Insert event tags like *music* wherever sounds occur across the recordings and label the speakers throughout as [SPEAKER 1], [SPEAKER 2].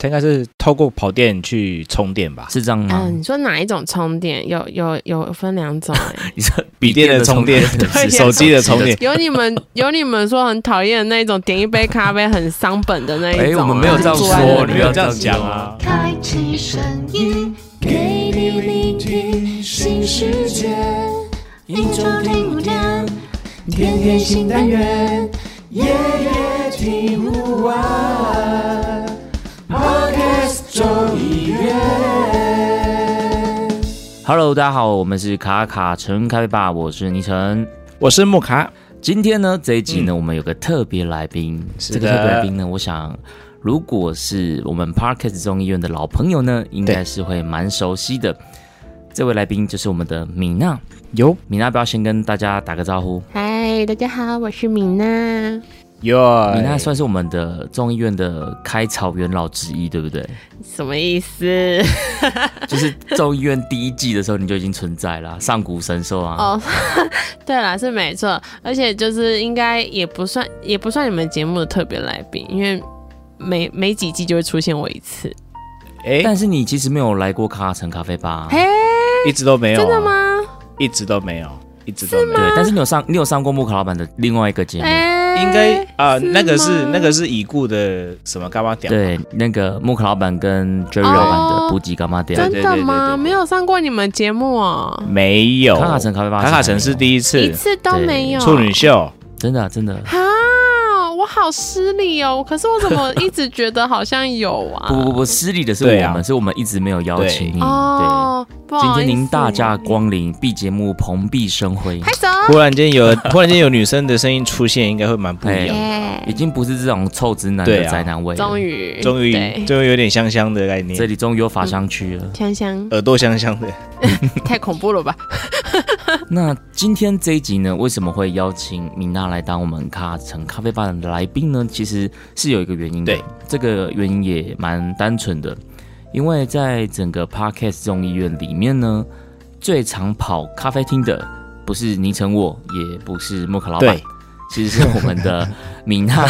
[SPEAKER 1] 它应该是透过跑电去充电吧？
[SPEAKER 2] 是这样吗？
[SPEAKER 3] 哦，你说哪一种充电？有有有分两
[SPEAKER 1] *laughs*
[SPEAKER 3] 种哎、
[SPEAKER 2] 你说
[SPEAKER 1] 笔电的充电 *laughs*
[SPEAKER 2] 是
[SPEAKER 1] 手机的充电。
[SPEAKER 3] 有你们 *laughs* 有你们说很讨厌的那一种，点一杯咖啡很伤本的那一种、
[SPEAKER 2] 哎，
[SPEAKER 3] 啊。
[SPEAKER 2] 我们没有这样
[SPEAKER 3] 坐在那
[SPEAKER 2] 说，你
[SPEAKER 3] 里
[SPEAKER 1] 没
[SPEAKER 2] 不
[SPEAKER 1] 有
[SPEAKER 2] 要
[SPEAKER 1] 这
[SPEAKER 2] 这
[SPEAKER 1] 样
[SPEAKER 2] 样
[SPEAKER 1] 讲
[SPEAKER 2] 讲
[SPEAKER 1] 啊
[SPEAKER 2] 啊。
[SPEAKER 4] 开启声音，给你聆听新世界，一周听五天，天天新单元，夜夜听不完。Podcast 周一月。
[SPEAKER 1] 嗯
[SPEAKER 2] Hello，大家好，我们是卡卡城咖啡吧，我是倪晨。
[SPEAKER 1] 我是木卡，
[SPEAKER 2] 今天呢这一集呢，我们有个特别来宾，
[SPEAKER 1] 嗯是
[SPEAKER 2] 这
[SPEAKER 1] 的
[SPEAKER 2] 个特别来宾呢，我想。如果是我们 Parkes 中医院的老朋友呢，应该是会蛮熟悉的。这位来宾就是我们的米娜，
[SPEAKER 1] 有
[SPEAKER 2] 米娜，不要先跟大家打个招呼。
[SPEAKER 3] 嗨，大家好，我是米娜。
[SPEAKER 1] 有，啊
[SPEAKER 2] 米娜算是我们的众议院的开草元老之一，对不对？
[SPEAKER 3] 什么意思？
[SPEAKER 2] 就是众议院第一季的时候你就已经存在啦，上古神兽啊。
[SPEAKER 3] 哦， *laughs* 对啦，是没错，而且就是应该也不算，也不算你们节目的特别来宾，因为每每几季就会出现我一次。
[SPEAKER 1] 哎、
[SPEAKER 2] 但是你其实没有来过卡城咖啡吧？
[SPEAKER 3] 嘿、
[SPEAKER 1] 一直都没有、啊，
[SPEAKER 3] 真的？吗？
[SPEAKER 1] 一直都没有，一直都没有。
[SPEAKER 2] 对，但是你有上，你有上过木卡老板的另外一个节目，
[SPEAKER 3] 哎、
[SPEAKER 1] 嗯应该啊、
[SPEAKER 3] 是
[SPEAKER 1] 那个是
[SPEAKER 3] 吗
[SPEAKER 1] 那个是已故的什么干嘛屌？
[SPEAKER 2] 对，那个木卡老板跟 Jerry
[SPEAKER 3] 哦
[SPEAKER 2] 老板的补给干妈店，
[SPEAKER 3] 真
[SPEAKER 1] 对
[SPEAKER 3] 的
[SPEAKER 1] 对对对
[SPEAKER 3] 吗？没有上过你们节目哦，
[SPEAKER 1] 没有。
[SPEAKER 2] 卡卡城咖啡吧？
[SPEAKER 1] 卡卡城是
[SPEAKER 2] 一，
[SPEAKER 1] 第一
[SPEAKER 3] 一
[SPEAKER 1] 次
[SPEAKER 3] 次都没有。
[SPEAKER 1] 处女秀，
[SPEAKER 2] 真的啊、真的。
[SPEAKER 3] 啊，我好失礼哦。可是我怎么一直觉得好像有啊？
[SPEAKER 2] *laughs* 不不嗯不，失礼的是
[SPEAKER 1] 对啊
[SPEAKER 2] 我们，是我们一直没有邀请你。对，
[SPEAKER 3] 哦，不好
[SPEAKER 2] 今
[SPEAKER 3] 意思
[SPEAKER 2] 天您大驾光临，B 节目蓬荜生辉。
[SPEAKER 3] 拍手。
[SPEAKER 1] 忽然间有 *laughs* 忽然间有女生的声音出现，应该会蛮不一样的。
[SPEAKER 3] 耶
[SPEAKER 2] 已经不是这种臭直男
[SPEAKER 1] 对
[SPEAKER 2] 的
[SPEAKER 1] 啊
[SPEAKER 2] 宅男味了，
[SPEAKER 3] 终于，
[SPEAKER 1] 终于
[SPEAKER 3] 对
[SPEAKER 1] 终于有点香香的概
[SPEAKER 2] 这
[SPEAKER 1] 念，
[SPEAKER 2] 里终于有法商区了。
[SPEAKER 3] 香香，
[SPEAKER 1] 耳朵香香的。
[SPEAKER 3] 太恐怖
[SPEAKER 2] *laughs*
[SPEAKER 3] 了吧？
[SPEAKER 2] 那今天这一集呢，为什么会邀请米娜来当我们咖城咖啡吧的来宾呢？其实是有一个原因的，
[SPEAKER 1] 对，
[SPEAKER 2] 这个原因也蛮单纯的，因为在整个 Parkes 众议院里面呢，最常跑咖啡厅的不是倪晨我，也不是莫克老板
[SPEAKER 1] 对，。
[SPEAKER 2] 其实是我们的 *laughs* 米娜。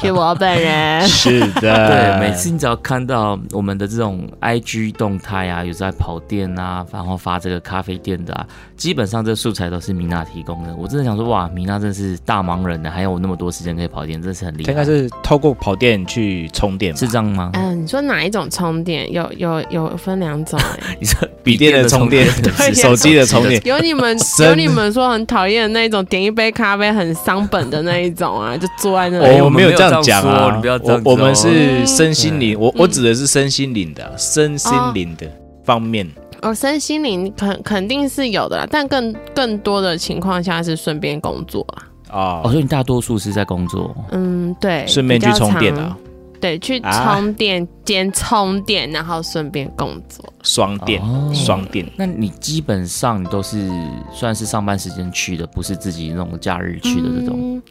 [SPEAKER 3] 是我本人
[SPEAKER 2] *laughs*
[SPEAKER 1] 是
[SPEAKER 2] 对
[SPEAKER 1] *laughs* 的，，
[SPEAKER 2] 每次你只要看到我们的这种 IG 动态啊，有在跑店啊，然后发这个咖啡店的啊，基本上这素材都是米娜提供的。我真的想说，哇，米娜真是大忙人呢、啊还有那么多时间可以跑店，真是很厉
[SPEAKER 1] 它
[SPEAKER 2] 害。
[SPEAKER 1] 应该是透过跑电去充电吧，
[SPEAKER 2] 是这样吗？
[SPEAKER 3] 嗯、你说哪一种充电？有有有分两种
[SPEAKER 2] *laughs*
[SPEAKER 3] 哎、
[SPEAKER 2] 你说
[SPEAKER 1] 笔电的充电， *laughs*
[SPEAKER 2] *laughs* 是
[SPEAKER 1] 手机的充电。
[SPEAKER 3] 有你们
[SPEAKER 1] 真的
[SPEAKER 3] 有你们说很讨厌的那一种，点一杯咖啡很伤本的那一种啊，就坐在那
[SPEAKER 2] 哎
[SPEAKER 3] 里。
[SPEAKER 1] 哦我
[SPEAKER 2] 我
[SPEAKER 1] 没
[SPEAKER 2] 们
[SPEAKER 1] 有
[SPEAKER 2] 没有
[SPEAKER 1] 这
[SPEAKER 2] 这
[SPEAKER 1] 样
[SPEAKER 2] 样
[SPEAKER 1] 讲啊，
[SPEAKER 2] 说你不要这样
[SPEAKER 1] 我我
[SPEAKER 2] 子
[SPEAKER 1] 们
[SPEAKER 2] 哦
[SPEAKER 1] 是身心灵，我我指的是身心灵的身心灵的方面，
[SPEAKER 3] 哦，身心灵肯肯定是有的啦，但更更多的情况下是顺便工作啦。
[SPEAKER 2] 哦，
[SPEAKER 1] 哦，
[SPEAKER 2] 所以你大多数是在工作，
[SPEAKER 3] 嗯，对，
[SPEAKER 1] 顺便
[SPEAKER 3] 比
[SPEAKER 1] 去
[SPEAKER 3] 较
[SPEAKER 1] 充电
[SPEAKER 3] 常
[SPEAKER 1] 啊，
[SPEAKER 3] 对，去
[SPEAKER 1] 啊
[SPEAKER 3] 充电兼充电，然后顺便工作。
[SPEAKER 1] 双电
[SPEAKER 2] 哦
[SPEAKER 1] 双电，
[SPEAKER 2] 那你基本上你都是算是上班时间去的，不是自己那种假日去的这种。
[SPEAKER 3] 嗯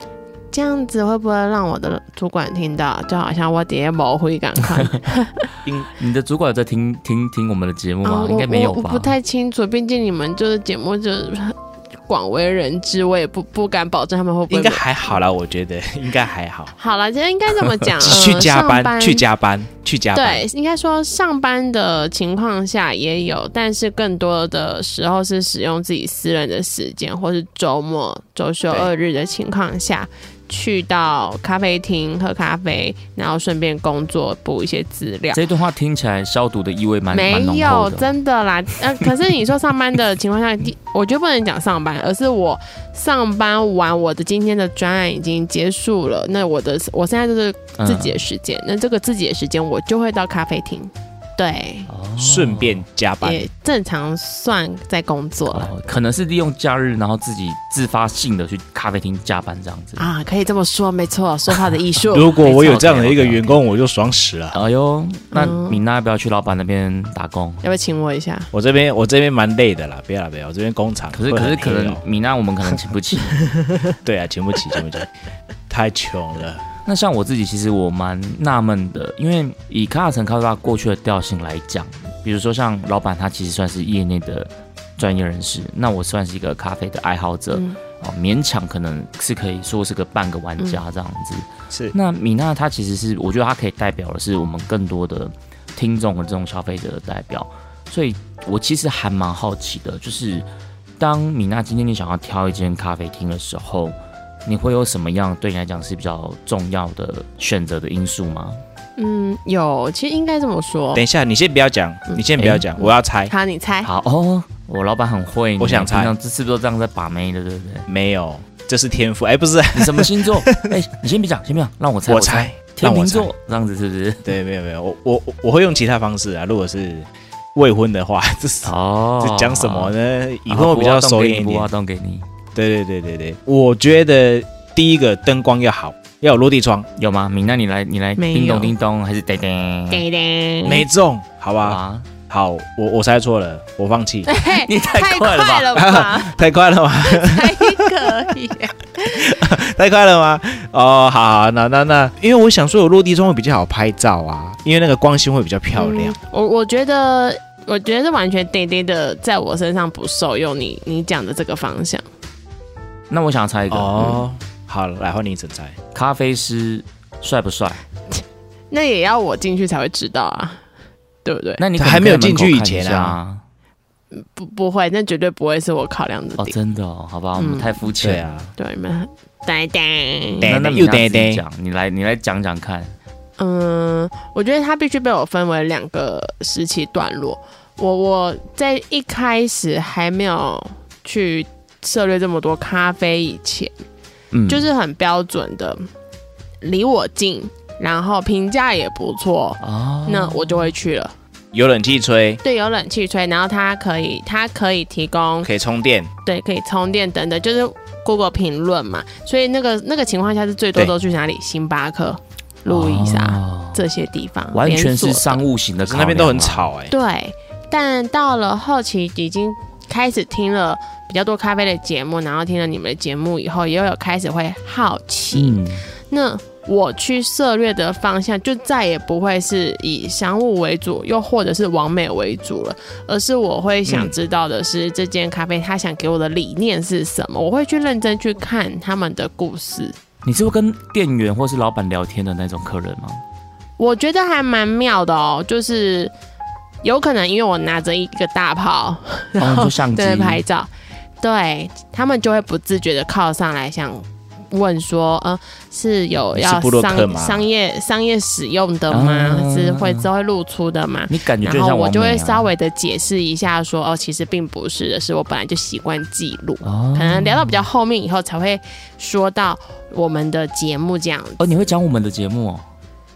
[SPEAKER 3] 这样子会不会让我的主管听到？就好像我底下毛会赶
[SPEAKER 1] *laughs*
[SPEAKER 3] 快，
[SPEAKER 2] 你的主管有在听听听我们的节目吗？
[SPEAKER 3] 嗯
[SPEAKER 2] 应该没有
[SPEAKER 3] 我我我
[SPEAKER 2] 吧？
[SPEAKER 3] 不太清楚，毕竟你们就是节目就是很广为人知，我也不不敢保证他们会不会
[SPEAKER 1] 应该。还好啦，我觉得 *laughs* 应该还好。
[SPEAKER 3] 好了，今天应该这么
[SPEAKER 1] *laughs*
[SPEAKER 3] 讲，
[SPEAKER 1] 去
[SPEAKER 3] 呃
[SPEAKER 1] 加
[SPEAKER 3] 上班
[SPEAKER 1] 班，去加班，去加班
[SPEAKER 3] 对，，应该说上班的情况下也有，但是更多的时候是使用自己私人的时间，或是周末、周休
[SPEAKER 1] 对
[SPEAKER 3] 二日的情况下，去到咖啡厅喝咖啡，然后顺便工作补一些资料。
[SPEAKER 2] 这段话听起来消毒的意味蛮蛮
[SPEAKER 3] 没
[SPEAKER 2] 浓
[SPEAKER 3] 有
[SPEAKER 2] 厚，的。
[SPEAKER 3] 真的啦。呃，可是你说上班的情况下，第我觉得不能讲上班，而是我上班完我的今天的专案已经结束了，那我的我现在就是
[SPEAKER 2] 嗯
[SPEAKER 3] 自己的时间，那这个自己的时间我就会到咖啡厅，对，
[SPEAKER 1] 顺便加班。
[SPEAKER 3] 也正常算在工作了。
[SPEAKER 2] 哦，可能是利用假日，然后自己自发性的去咖啡厅加班这样子。
[SPEAKER 3] 啊，可以这么说，没错，说话的艺
[SPEAKER 2] *laughs*
[SPEAKER 3] 术。
[SPEAKER 1] 如果我有这样的一个
[SPEAKER 2] 没错
[SPEAKER 1] 员工，我就爽死了。
[SPEAKER 2] 哎呦，那
[SPEAKER 3] 嗯
[SPEAKER 2] 米娜要不要去老板那边打工？
[SPEAKER 3] 要不要请我一下？
[SPEAKER 1] 我这边我这边蛮累的啦，不要啦不要，我这边工厂
[SPEAKER 2] 可是
[SPEAKER 1] 会
[SPEAKER 2] 可是
[SPEAKER 1] 很
[SPEAKER 2] 可
[SPEAKER 1] 黑哦 *laughs*
[SPEAKER 2] 能米娜我们可能请不起，
[SPEAKER 1] 对啊，请不起请不起，太穷了。
[SPEAKER 2] 那像我自己，其实我蛮纳闷的，因为以卡卡城咖啡吧过去的调性来讲，比如说像老板他其实算是业内的专业人士，那我算是一个咖啡的爱好者，
[SPEAKER 3] 嗯
[SPEAKER 2] 哦，勉强可能是可以说是个半个玩家
[SPEAKER 3] 嗯
[SPEAKER 2] 这样子。
[SPEAKER 1] 是
[SPEAKER 2] 那米娜她其实是，我觉得她可以代表的是我们更多的听众和这种消费者的代表，所以我其实还蛮好奇的，就是当米娜今天你想要挑一间咖啡厅的时候，你会有什么样对你来讲是比较重要的选择的因素吗？
[SPEAKER 3] 嗯，有，其实应该这么说
[SPEAKER 1] 等。一下，你先不要讲，你先不要讲，
[SPEAKER 2] 嗯
[SPEAKER 1] 我要猜。
[SPEAKER 3] 好，你猜，
[SPEAKER 2] 好哦，我老板很会，
[SPEAKER 1] 我想猜
[SPEAKER 2] 你平常这是不是都这样在把妹的，对不对？
[SPEAKER 1] 没有，这是天赋。哎，不是，
[SPEAKER 2] 你什么
[SPEAKER 1] *laughs*
[SPEAKER 2] 星座？哎、你先别讲，先别讲，让我猜，
[SPEAKER 1] 我
[SPEAKER 2] 猜，
[SPEAKER 1] 猜，让
[SPEAKER 2] 天
[SPEAKER 1] 我
[SPEAKER 2] 秤
[SPEAKER 1] 猜。
[SPEAKER 2] 座这样子是不是？
[SPEAKER 1] 对，没有没有，我我我我会用其他方式啊。如果是未婚的话， *laughs* 这是
[SPEAKER 2] 哦
[SPEAKER 1] 这讲什么？呢？以
[SPEAKER 2] 以
[SPEAKER 1] 后比较收敛一
[SPEAKER 2] 不挖
[SPEAKER 1] 点。
[SPEAKER 2] 洞给你，
[SPEAKER 1] 对对对对对，我觉得第一个灯光要好，要有落地窗，
[SPEAKER 2] 有吗？米娜，你来，你来，
[SPEAKER 3] 没有
[SPEAKER 2] 叮咚叮咚，还是叮叮？
[SPEAKER 3] 叮
[SPEAKER 2] 嗯
[SPEAKER 3] 叮，
[SPEAKER 1] 没中，好吧？
[SPEAKER 2] 啊！
[SPEAKER 1] 好，我我猜错了，我放弃，
[SPEAKER 3] *laughs* 嘿
[SPEAKER 2] 你太
[SPEAKER 3] 太
[SPEAKER 2] 快了吧
[SPEAKER 3] 快
[SPEAKER 2] *laughs*
[SPEAKER 3] 了吧？
[SPEAKER 1] 太快了吗？
[SPEAKER 3] 还可以，
[SPEAKER 1] 太快了吗？哦，好好，那那那，因为我想说有落地窗会比较好拍照啊，因为那个光线会比较漂亮。
[SPEAKER 3] 嗯我我觉得，我觉得完全叮叮的，在我身上不受用你你讲的这个方向。
[SPEAKER 2] 那我想猜一个，
[SPEAKER 1] 哦，好，然后你整猜，
[SPEAKER 2] 嗯咖啡师帅不帅？
[SPEAKER 1] 哎
[SPEAKER 3] 那也要我进去才会知道啊，对不对？
[SPEAKER 2] 那你
[SPEAKER 1] 他
[SPEAKER 2] 可能
[SPEAKER 1] 还没有
[SPEAKER 2] 可以在门口
[SPEAKER 1] 进去以
[SPEAKER 2] 看一
[SPEAKER 1] 前啊
[SPEAKER 2] 下，
[SPEAKER 3] 不不会，那绝对不会是我考量的
[SPEAKER 2] 哦，
[SPEAKER 3] 点。
[SPEAKER 2] 真的哦，好吧，我
[SPEAKER 3] 嗯
[SPEAKER 2] 们太肤
[SPEAKER 1] 对
[SPEAKER 2] 浅。
[SPEAKER 1] 啊，
[SPEAKER 3] 对吗？呆呆。
[SPEAKER 1] 对啊
[SPEAKER 2] 那那
[SPEAKER 1] 又
[SPEAKER 2] 米娜
[SPEAKER 1] 对
[SPEAKER 2] 自己
[SPEAKER 1] 对
[SPEAKER 2] 讲，你来，你来讲讲看。
[SPEAKER 3] 嗯，我觉得它必须被我分为两个时期段落。我我在一开始还没有去涉猎这么多咖啡以前，
[SPEAKER 2] 嗯，
[SPEAKER 3] 就是很标准的，离我近，然后评价也不错，
[SPEAKER 2] 哦，
[SPEAKER 3] 那我就会去了。
[SPEAKER 1] 有冷气吹，
[SPEAKER 3] 对，有冷气吹，然后它可以它可以提供
[SPEAKER 1] 可以充电，
[SPEAKER 3] 对可以充电等等，就是 Google 评论嘛，所以那个那个情况下是最多
[SPEAKER 1] 对
[SPEAKER 3] 都去哪里？星巴克、路易莎、
[SPEAKER 2] 哦
[SPEAKER 3] 这些地方，
[SPEAKER 2] 完全
[SPEAKER 3] 连锁
[SPEAKER 2] 是
[SPEAKER 3] 的
[SPEAKER 2] 商务型的
[SPEAKER 1] 可是
[SPEAKER 2] 考
[SPEAKER 1] 那
[SPEAKER 2] 量啊，
[SPEAKER 1] 边都很吵哎、
[SPEAKER 3] 对，但到了后期已经开始听了比较多咖啡的节目，然后听了你们的节目以后，也有开始会好奇。
[SPEAKER 2] 嗯。
[SPEAKER 3] 那我去涉略的方向就再也不会是以商务为主，又或者是完美为主了，而是我会想
[SPEAKER 1] 嗯
[SPEAKER 3] 知道的是这间咖啡它想给我的理念是什么，我会去认真去看他们的故事。
[SPEAKER 2] 你是会跟店员或是老板聊天的那种客人
[SPEAKER 3] *laughs*
[SPEAKER 2] 吗？
[SPEAKER 3] 我觉得还蛮妙的哦，就是有可能因为我拿着一个大炮，然
[SPEAKER 2] 哦，
[SPEAKER 3] 后
[SPEAKER 2] 就相机
[SPEAKER 3] 在那拍照，对他们就会不自觉的靠上来想问说，呃，是有
[SPEAKER 1] 你是
[SPEAKER 3] 要
[SPEAKER 1] 部落客
[SPEAKER 3] 商
[SPEAKER 1] 吗
[SPEAKER 3] 商业商业使用的吗？
[SPEAKER 2] 啊
[SPEAKER 3] 是会是会露出的吗？
[SPEAKER 2] 你感觉就很
[SPEAKER 3] 然后
[SPEAKER 2] 像
[SPEAKER 3] 我
[SPEAKER 2] 王
[SPEAKER 3] 就
[SPEAKER 2] 美
[SPEAKER 3] 会
[SPEAKER 2] 啊
[SPEAKER 3] 稍微的解释一下说，哦，其实并不是的，是我本来就习惯记录，
[SPEAKER 2] 哦
[SPEAKER 3] 可能聊到比较后面以后才会说到我们的节目这样子。
[SPEAKER 2] 哦，你会讲我们的节目哦，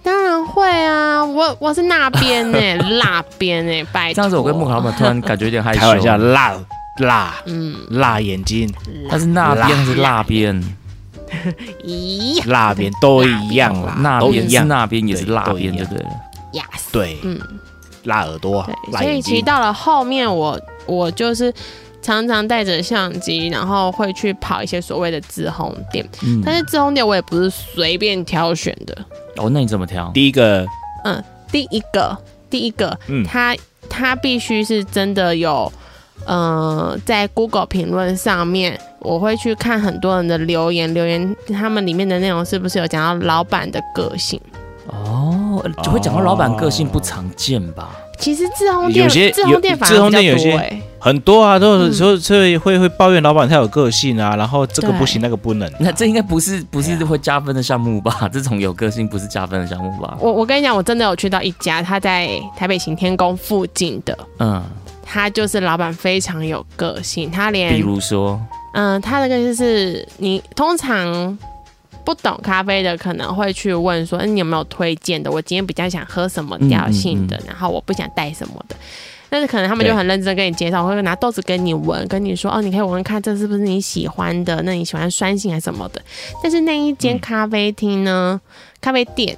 [SPEAKER 3] 当然会啊，我我是那边
[SPEAKER 2] *laughs*
[SPEAKER 3] 呢、那边呢、拜托。
[SPEAKER 2] 这样子我跟木卡老板突然感觉有点害羞。
[SPEAKER 1] 开玩笑，辣辣
[SPEAKER 3] 嗯，
[SPEAKER 1] 辣眼睛、
[SPEAKER 2] 但是那边还是
[SPEAKER 3] 辣
[SPEAKER 2] 那边，
[SPEAKER 3] 咦
[SPEAKER 1] 辣边都一样啦，
[SPEAKER 2] 那
[SPEAKER 1] 嗯都
[SPEAKER 2] 边
[SPEAKER 1] 一
[SPEAKER 2] 是
[SPEAKER 1] 样。
[SPEAKER 2] 那边也是
[SPEAKER 1] 对
[SPEAKER 2] 辣
[SPEAKER 1] 都一
[SPEAKER 2] 边，对
[SPEAKER 1] 样
[SPEAKER 2] 不对了？
[SPEAKER 3] 呀，
[SPEAKER 1] 对，
[SPEAKER 3] 嗯。
[SPEAKER 1] 辣耳朵、
[SPEAKER 3] 对，
[SPEAKER 1] 辣
[SPEAKER 3] 所以
[SPEAKER 1] 眼
[SPEAKER 3] 其实
[SPEAKER 1] 睛。
[SPEAKER 3] 到了后面我，我就是常常带着相机，然后会去跑一些所谓的自烘店，
[SPEAKER 2] 嗯
[SPEAKER 3] 但是自烘店我也不是随便挑选的。
[SPEAKER 2] 哦，那你怎么挑？
[SPEAKER 1] 第一个
[SPEAKER 3] 第一个，第一个，
[SPEAKER 1] 嗯
[SPEAKER 3] 它它必须是真的有，呃，在 Google 评论上面，我会去看很多人的留言，留言他们里面的内容是不是有讲到老板的个性。
[SPEAKER 2] 哦，呃就会讲到老板个性不常见吧？
[SPEAKER 3] 其实自烘店，
[SPEAKER 1] 有些
[SPEAKER 3] 自烘
[SPEAKER 1] 有
[SPEAKER 3] 店反
[SPEAKER 1] 自
[SPEAKER 3] 而
[SPEAKER 1] 烘
[SPEAKER 3] 比较
[SPEAKER 1] 店有些
[SPEAKER 3] 多、欸，
[SPEAKER 1] 很多啊，都有
[SPEAKER 3] 嗯
[SPEAKER 1] 时候会会会抱怨老板太有个性啊，然后这个
[SPEAKER 3] 对
[SPEAKER 1] 不行那个不能啊。
[SPEAKER 2] 那这应该不是不是会加分的项目吧？ *laughs* 这种有个性不是加分的项目吧？
[SPEAKER 3] 我我跟你讲，我真的有去到一家，他在台北行天宫附近的，
[SPEAKER 2] 嗯，
[SPEAKER 3] 他就是老板非常有个性，他
[SPEAKER 2] 比
[SPEAKER 3] 连
[SPEAKER 2] 如说，
[SPEAKER 3] 嗯、他的个性是你通常不懂咖啡的可能会去问说，嗯，你有没有推荐的？我今天比较想喝什么调性的，
[SPEAKER 2] 嗯
[SPEAKER 3] 然后我不想带什么的。但是可能他们就
[SPEAKER 1] 对
[SPEAKER 3] 很认真跟你介绍，会拿豆子跟你闻，跟你说哦，你可以闻闻看这是不是你喜欢的，那你喜欢酸性还是什么的。但是那一间
[SPEAKER 1] 嗯
[SPEAKER 3] 咖啡厅呢，
[SPEAKER 2] 嗯
[SPEAKER 3] 咖啡店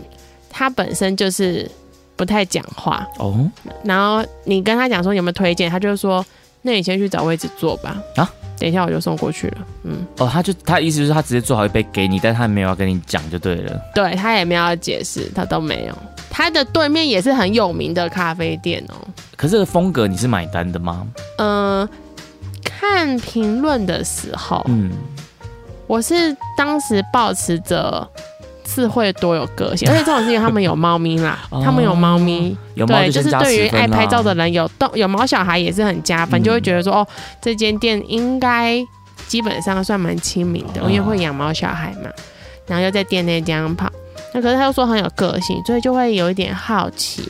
[SPEAKER 3] 它本身就是不太讲话，
[SPEAKER 2] 哦
[SPEAKER 3] 然后你跟他讲说有没有推荐，他就会说那你先去找位置坐吧。
[SPEAKER 2] 啊，
[SPEAKER 3] 等一下我就送过去了。嗯，
[SPEAKER 2] 哦，他就他意思就是他直接做好一杯给你，但他没有要跟你讲就对了。
[SPEAKER 3] 对他也没有要解释，他都没有。他的对面也是很有名的咖啡店哦。
[SPEAKER 2] 可是这个风格你是买单的吗？
[SPEAKER 3] 嗯、看评论的时候，
[SPEAKER 2] 嗯，
[SPEAKER 3] 我是当时保持着智慧多有个性，而且这种事情他们有猫咪啦
[SPEAKER 2] 哦，
[SPEAKER 3] 他们有猫咪，
[SPEAKER 2] 有猫
[SPEAKER 3] 对，就是
[SPEAKER 2] 先加
[SPEAKER 3] 对于
[SPEAKER 2] 10分啊
[SPEAKER 3] 爱
[SPEAKER 2] 啦
[SPEAKER 3] 拍照的人有动有毛小孩也是很加分，
[SPEAKER 2] 嗯
[SPEAKER 3] 就会觉得说哦，这间店应该基本上算蛮亲民的，
[SPEAKER 2] 哦
[SPEAKER 3] 因为会养毛小孩嘛，然后又在店内这样跑，那可是他又说很有个性，所以就会有一点好奇。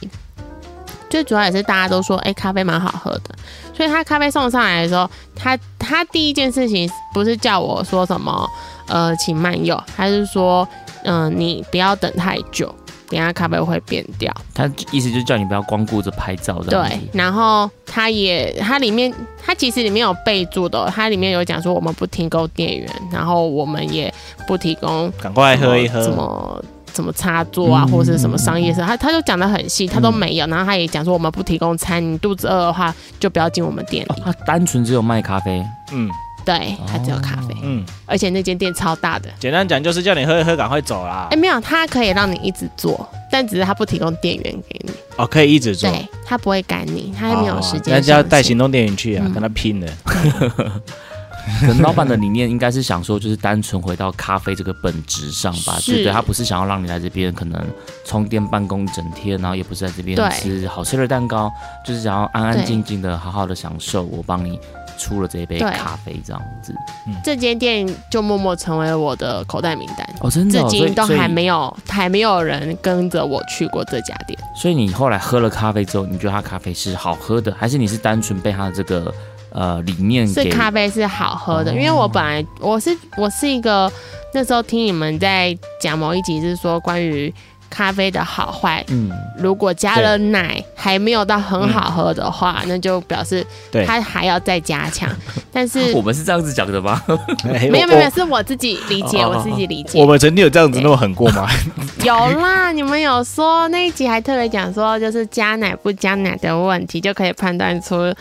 [SPEAKER 3] 最主要也是大家都说，哎、咖啡蛮好喝的，所以他咖啡送上来的时候，他他第一件事情不是叫我说什么，呃，请慢用，他是说，嗯、你不要等太久，等一下咖啡会变掉。
[SPEAKER 2] 他意思就是叫你不要光顾着拍照这样
[SPEAKER 3] 对
[SPEAKER 2] 子。，
[SPEAKER 3] 然后它也它里面它其实里面有备注的哦，它里面有讲说我们不提供电源，然后我们也不提供
[SPEAKER 1] 赶快
[SPEAKER 3] 什么
[SPEAKER 1] 喝一喝
[SPEAKER 3] 什。么什么插座啊，
[SPEAKER 2] 嗯
[SPEAKER 3] 或者是什么商业设，他他就讲的很细，他都没
[SPEAKER 1] 嗯
[SPEAKER 3] 有。然后他也讲说我们不提供餐，你肚子饿的话就不要进我们店
[SPEAKER 2] 哦
[SPEAKER 3] 里。，
[SPEAKER 2] 他单纯只有卖咖 *laughs* 啡，
[SPEAKER 1] 嗯
[SPEAKER 3] 对，他只有咖啡，
[SPEAKER 1] 嗯，
[SPEAKER 3] 而且那间店超大的。
[SPEAKER 1] 简单讲就是叫你喝一喝，赶快走啦
[SPEAKER 3] 哎，。没有，它可以让你一直做，但只是它不提供电源给你，
[SPEAKER 1] 哦，可以一直做。
[SPEAKER 3] 对，它不会赶你，它没有
[SPEAKER 1] 哦
[SPEAKER 3] 时间上线。
[SPEAKER 1] 那就要带行动电源去啊，
[SPEAKER 3] 嗯
[SPEAKER 1] 跟他拼了。
[SPEAKER 2] 可能老板的理念应该是想说，就是单纯回到咖啡这个本质上吧，
[SPEAKER 3] 是
[SPEAKER 2] 对对，他不是想要让你来这边可能充电办公一整天，然后也不是在这边
[SPEAKER 3] 对
[SPEAKER 2] 吃好吃的蛋糕，就是想要安安
[SPEAKER 3] 对
[SPEAKER 2] 静静的好好的享受我帮你出了这一杯
[SPEAKER 3] 对
[SPEAKER 2] 咖啡这样子。
[SPEAKER 3] 这间店就默默成为我的口袋名单，
[SPEAKER 2] 哦，真的
[SPEAKER 3] 至
[SPEAKER 2] 哦、所以
[SPEAKER 3] 今都
[SPEAKER 2] 所以
[SPEAKER 3] 还没有还没有人跟着我去过这家店。
[SPEAKER 2] 所以你后来喝了咖啡之后，你觉得它咖啡是好喝的，还是你是单纯被它的这个呃理念
[SPEAKER 3] 是
[SPEAKER 2] 给？
[SPEAKER 3] 咖啡是好喝的，
[SPEAKER 2] 哦
[SPEAKER 3] 因为我本来我是我是一个那时候听你们在讲某一集是说关于咖啡的好坏，
[SPEAKER 2] 嗯，
[SPEAKER 3] 如果加了奶还没有到很好喝的话，那就表示
[SPEAKER 1] 对
[SPEAKER 3] 它还要再加强。但
[SPEAKER 2] *laughs*
[SPEAKER 3] 是
[SPEAKER 2] 我们是这样子讲的吗？
[SPEAKER 1] 哎
[SPEAKER 3] 没有
[SPEAKER 1] 我
[SPEAKER 3] 没有没有，是我自己理解，
[SPEAKER 2] 哦哦哦
[SPEAKER 3] 我自己理解。
[SPEAKER 1] 我们曾经有这样子那么狠过
[SPEAKER 3] *laughs*
[SPEAKER 1] 吗？
[SPEAKER 3] 有啦，你们有说那一集还特别讲说，就是加奶不加奶的问题，就可以判断出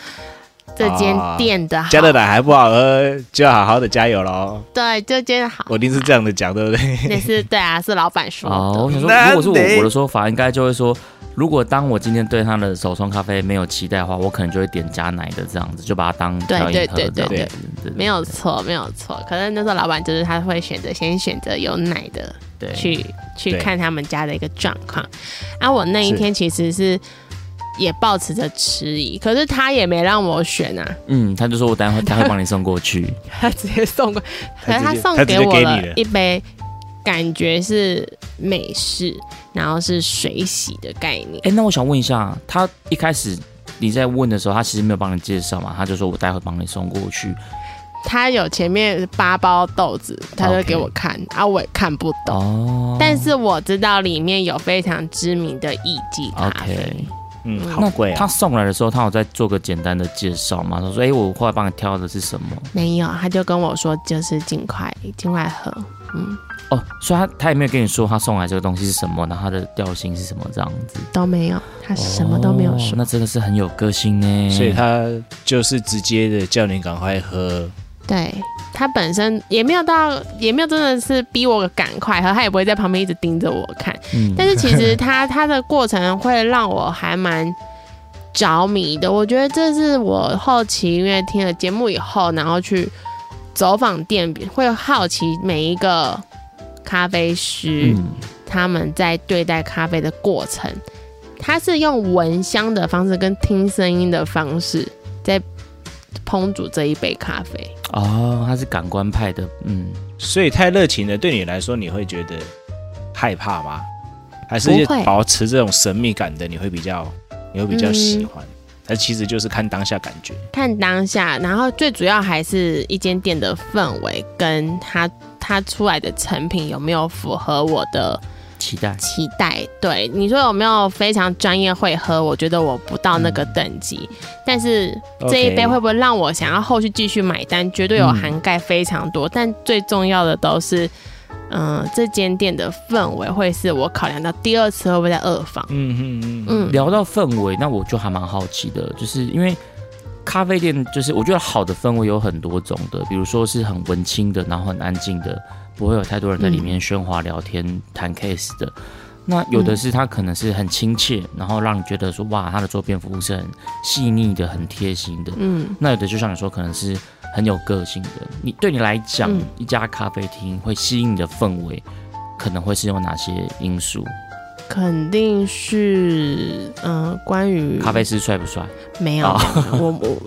[SPEAKER 3] 这间店的好。
[SPEAKER 1] 啊加的奶还不好喝，就要好好的加油喽。
[SPEAKER 3] 对，这间好，
[SPEAKER 1] 我一定是这样的讲，对不对？
[SPEAKER 3] *laughs* 那是对啊，是老板说的。
[SPEAKER 2] 哦，我想说，如果是我我的说法，应该就会说，如果当我今天对他的手冲咖啡没有期待的话，我可能就会点加奶的这样子，就把它当
[SPEAKER 3] 对
[SPEAKER 2] 调饮
[SPEAKER 3] 对
[SPEAKER 2] 喝
[SPEAKER 3] 对
[SPEAKER 2] 这样子。
[SPEAKER 3] 对
[SPEAKER 2] 对对
[SPEAKER 3] 没有错，没有错。可是那时候老板就是他会选择先选择有奶的
[SPEAKER 2] 对
[SPEAKER 3] 去去
[SPEAKER 1] 对
[SPEAKER 3] 看他们家的一个状况。啊，我那一天其实是也抱持着迟疑，可是他也没让我选啊，
[SPEAKER 2] 嗯，他就说我待会待会帮你送过
[SPEAKER 3] *laughs*
[SPEAKER 2] 去。
[SPEAKER 3] 他直接送过，可
[SPEAKER 1] 他
[SPEAKER 3] 是他
[SPEAKER 1] 直接
[SPEAKER 3] 送
[SPEAKER 1] 他直
[SPEAKER 3] 给
[SPEAKER 1] 接
[SPEAKER 3] 我
[SPEAKER 1] 给
[SPEAKER 3] 了
[SPEAKER 1] 你了
[SPEAKER 3] 一杯，感觉是美式，然后是水洗的概念。
[SPEAKER 2] 哎，那我想问一下，他一开始你在问的时候，他其实没有帮你介绍嘛，他就说我待会帮你送过去。
[SPEAKER 3] 他有前面八包豆子，他就
[SPEAKER 2] OK
[SPEAKER 3] 给我看啊，我也看不懂。
[SPEAKER 2] 哦，
[SPEAKER 3] 但是我知道里面有非常知名的意基咖啡
[SPEAKER 2] OK。
[SPEAKER 1] 嗯，
[SPEAKER 2] 那
[SPEAKER 1] 好贵啊
[SPEAKER 2] 他！送来的时候，他有再做个简单的介绍吗？他说：“哎、我后来帮你挑的是什么
[SPEAKER 3] 没有，他就跟我说就是尽快尽快喝，嗯，？”
[SPEAKER 2] 哦，所以他他也没有跟你说他送来这个东西是什么，然后它的调性是什么这样子，
[SPEAKER 3] 都没有，他什么都没有
[SPEAKER 2] 哦
[SPEAKER 3] 说。
[SPEAKER 2] 那真的是很有个性呢。
[SPEAKER 1] 所以他就是直接的叫你赶快喝，
[SPEAKER 3] 对他本身也没有到，也没有真的是逼我赶快喝，他也不会在旁边一直盯着我看。
[SPEAKER 2] 嗯，
[SPEAKER 3] 但是其实它它的过程会让我还蛮着迷的。我觉得这是我后期因为听了节目以后，然后去走访店，会好奇每一个咖啡师、
[SPEAKER 2] 嗯，
[SPEAKER 3] 他们在对待咖啡的过程。他是用闻香的方式跟听声音的方式在烹煮这一杯咖啡。
[SPEAKER 2] 哦，他是感官派的，嗯，
[SPEAKER 1] 所以太热情了，对你来说你会觉得害怕吗？还是
[SPEAKER 3] 不会
[SPEAKER 1] 保持这种神秘感的，你会比较，你会比较喜
[SPEAKER 3] 嗯
[SPEAKER 1] 欢？那其实就是看当下感觉。
[SPEAKER 3] 看当下，然后最主要还是一间店的氛围跟它它出来的成品有没有符合我的
[SPEAKER 2] 期待。
[SPEAKER 3] 期待。对你说有没有非常专业会喝？我觉得我不到那个
[SPEAKER 2] 嗯
[SPEAKER 3] 等级，但是这一杯
[SPEAKER 1] OK
[SPEAKER 3] 会不会让我想要后续继续买单？绝
[SPEAKER 2] 嗯
[SPEAKER 3] 对有涵盖非常多，但最重要的都是。嗯，这间店的氛围会是我考量到第二次会不会在二房。
[SPEAKER 1] 嗯嗯嗯，
[SPEAKER 3] 嗯，
[SPEAKER 2] 聊到氛围，那我就还蛮好奇的，就是因为咖啡店就是我觉得好的氛围有很多种的，比如说是很文青的，然后很安静的，不会有太多人在里面喧哗聊天、谈 case 的。
[SPEAKER 3] 嗯
[SPEAKER 2] 那有的是他可能是很亲切，然后让你觉得说哇，他的周边服务是很细腻的、很贴心的。
[SPEAKER 3] 嗯，
[SPEAKER 2] 那有的就像你说，可能是很有个性的。你对你来讲，
[SPEAKER 3] 嗯
[SPEAKER 2] 一家咖啡厅会吸引你的氛围，可能会是有哪些因素？
[SPEAKER 3] 肯定是嗯、呃关于
[SPEAKER 2] 咖啡师帅不帅？
[SPEAKER 3] 没 *laughs* 有、
[SPEAKER 2] 哦
[SPEAKER 3] 我我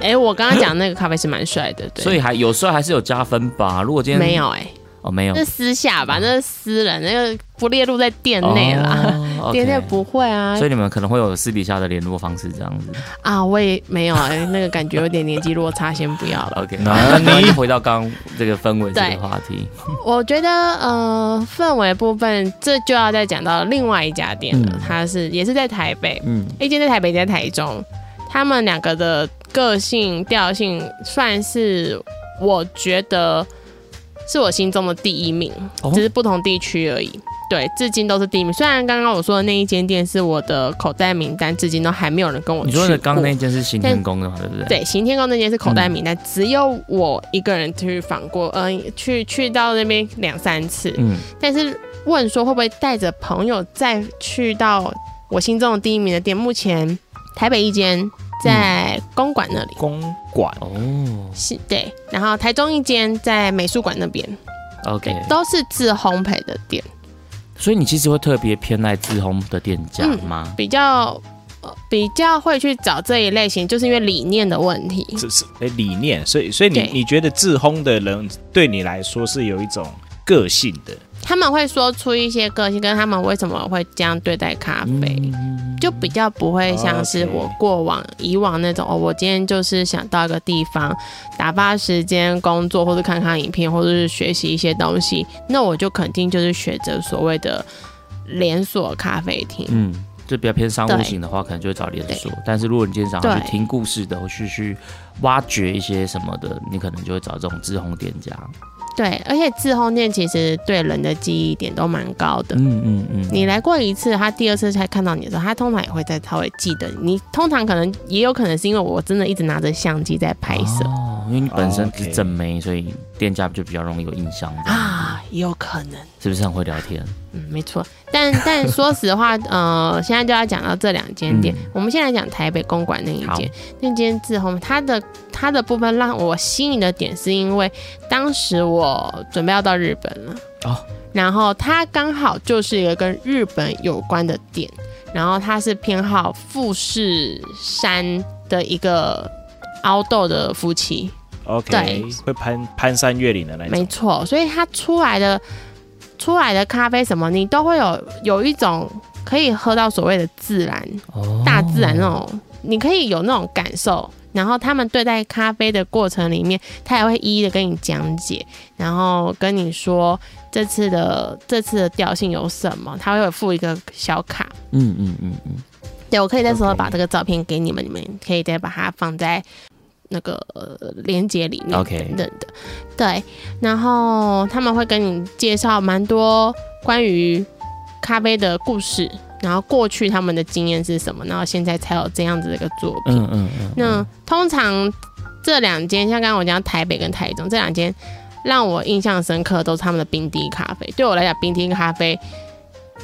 [SPEAKER 3] 哎、我刚刚讲那个咖啡师蛮帅的，对，
[SPEAKER 2] 所以还有时候还是有加分吧。如果今天
[SPEAKER 3] 没有哎、
[SPEAKER 2] 哦，没有
[SPEAKER 3] 那私下吧，那是私人，那个不列入在店内啦。 *laughs*
[SPEAKER 2] 哦
[SPEAKER 3] 店内
[SPEAKER 2] OK
[SPEAKER 3] 不会啊
[SPEAKER 2] 所以你们可能会有私底下的联络方式这样子。
[SPEAKER 3] 啊，我也没有哎、
[SPEAKER 2] *laughs*
[SPEAKER 3] 那个感觉有点年纪落差，先不要了。
[SPEAKER 2] OK，
[SPEAKER 1] 那
[SPEAKER 2] 那
[SPEAKER 1] 你
[SPEAKER 2] 你回到刚刚这个氛围这
[SPEAKER 3] 对
[SPEAKER 2] 个话题，
[SPEAKER 3] 我觉得呃，氛围部分这就要再讲到另外一家店了，
[SPEAKER 2] 嗯
[SPEAKER 3] 它是也是在台北，
[SPEAKER 2] 嗯，
[SPEAKER 3] 一间在台北，一间在台中，他们两个的个性调性算是我觉得是我心中的第一名，
[SPEAKER 2] 哦
[SPEAKER 3] 只是不同地区而已。对，至今都是第一名。虽然刚刚我说的那一间店是我的口袋名单，至今都还没有人跟我
[SPEAKER 2] 你
[SPEAKER 3] 去
[SPEAKER 2] 说
[SPEAKER 3] 过。
[SPEAKER 2] 的刚刚那嗯件是行天宫的嘛，对不对？
[SPEAKER 3] 对，行天宫那间是口袋名单，只有我一个人去访过，嗯、去去到那边两三次，
[SPEAKER 2] 嗯，
[SPEAKER 3] 但是问说会不会带着朋友再去到我心中的第一名的店？目前台北一间在公馆那里，
[SPEAKER 1] 公馆
[SPEAKER 2] 哦
[SPEAKER 3] 是对，然后台中一间在美术馆那边，对
[SPEAKER 2] ，OK，，
[SPEAKER 3] 都是自烘焙的店，
[SPEAKER 2] 所以你其实会特别偏爱自烘的店家
[SPEAKER 3] 嗯
[SPEAKER 2] 吗？
[SPEAKER 3] 比较。呃比较会去找这一类型，就是因为理念的问题。
[SPEAKER 1] 这是哎理念，所以所以你
[SPEAKER 3] 对
[SPEAKER 1] 你觉得自烘的人对你来说是有一种个性的，
[SPEAKER 3] 他们会说出一些个性，跟他们为什么会这样对待咖啡。
[SPEAKER 2] 嗯
[SPEAKER 3] 就比较不会像是
[SPEAKER 1] OK
[SPEAKER 3] 我过往以往那种哦，我今天就是想到一个地方打发时间、工作，或者看看影片，或者是学习一些东西，那我就肯定就是选择所谓的连锁咖啡厅。
[SPEAKER 2] 嗯，就比较偏商务
[SPEAKER 3] 对
[SPEAKER 2] 型的话，可能就会找连锁。但是如果你今天想要去
[SPEAKER 3] 对
[SPEAKER 2] 听故事的，或是去挖掘一些什么的，你可能就会找这种自烘店家。
[SPEAKER 3] 对，而且自烘店其实对人的记忆点都蛮高的。
[SPEAKER 2] 嗯嗯嗯，
[SPEAKER 3] 你来过一次，他第二次才看到你的时候，他通常也会再稍微记得你。你通常可能也有可能是因为我真的一直拿着相机在拍摄、
[SPEAKER 2] 哦，因为你本身是
[SPEAKER 1] OK
[SPEAKER 2] 正妹，所以店家就比较容易有印象的，
[SPEAKER 3] 啊，也有可 *laughs* 能。
[SPEAKER 2] 是不是很会聊天？
[SPEAKER 3] 嗯，没错。但 *laughs* 但说实话，呃，现在就要讲到这两间店。
[SPEAKER 2] 嗯
[SPEAKER 3] 我们现在讲台北公馆那一
[SPEAKER 2] 好
[SPEAKER 3] 间，那间自烘，它的它的部分让我吸引的点，是因为当时我准备要到日本了，
[SPEAKER 2] 哦，
[SPEAKER 3] 然后它刚好就是一个跟日本有关的店，然后它是偏好富士山的一个凹豆的夫妻，
[SPEAKER 1] OK，
[SPEAKER 3] 对
[SPEAKER 1] 会攀攀山越岭的那
[SPEAKER 3] 没
[SPEAKER 1] 种。
[SPEAKER 3] 错，所以它出来的出来的咖啡什么，你都会有有一种可以喝到所谓的自然、
[SPEAKER 2] 哦
[SPEAKER 3] 大自然那种，你可以有那种感受。然后他们对待咖啡的过程里面，他也会一一的跟你讲解，然后跟你说这次的这次的调性有什么，他会有附一个小卡。
[SPEAKER 2] 嗯嗯嗯嗯，
[SPEAKER 3] 对，我可以在时候
[SPEAKER 1] OK
[SPEAKER 3] 把这个照片给你们，你们可以再把它放在那个呃链接里面
[SPEAKER 2] OK
[SPEAKER 3] 等等的。对，然后他们会跟你介绍蛮多关于咖啡的故事，然后过去他们的经验是什么，然后现在才有这样子的一个作品。
[SPEAKER 2] 嗯嗯嗯，
[SPEAKER 3] 那通常这两间，像刚刚我讲台北跟台中这两间，让我印象深刻都是他们的冰滴咖啡。对我来讲，冰滴咖啡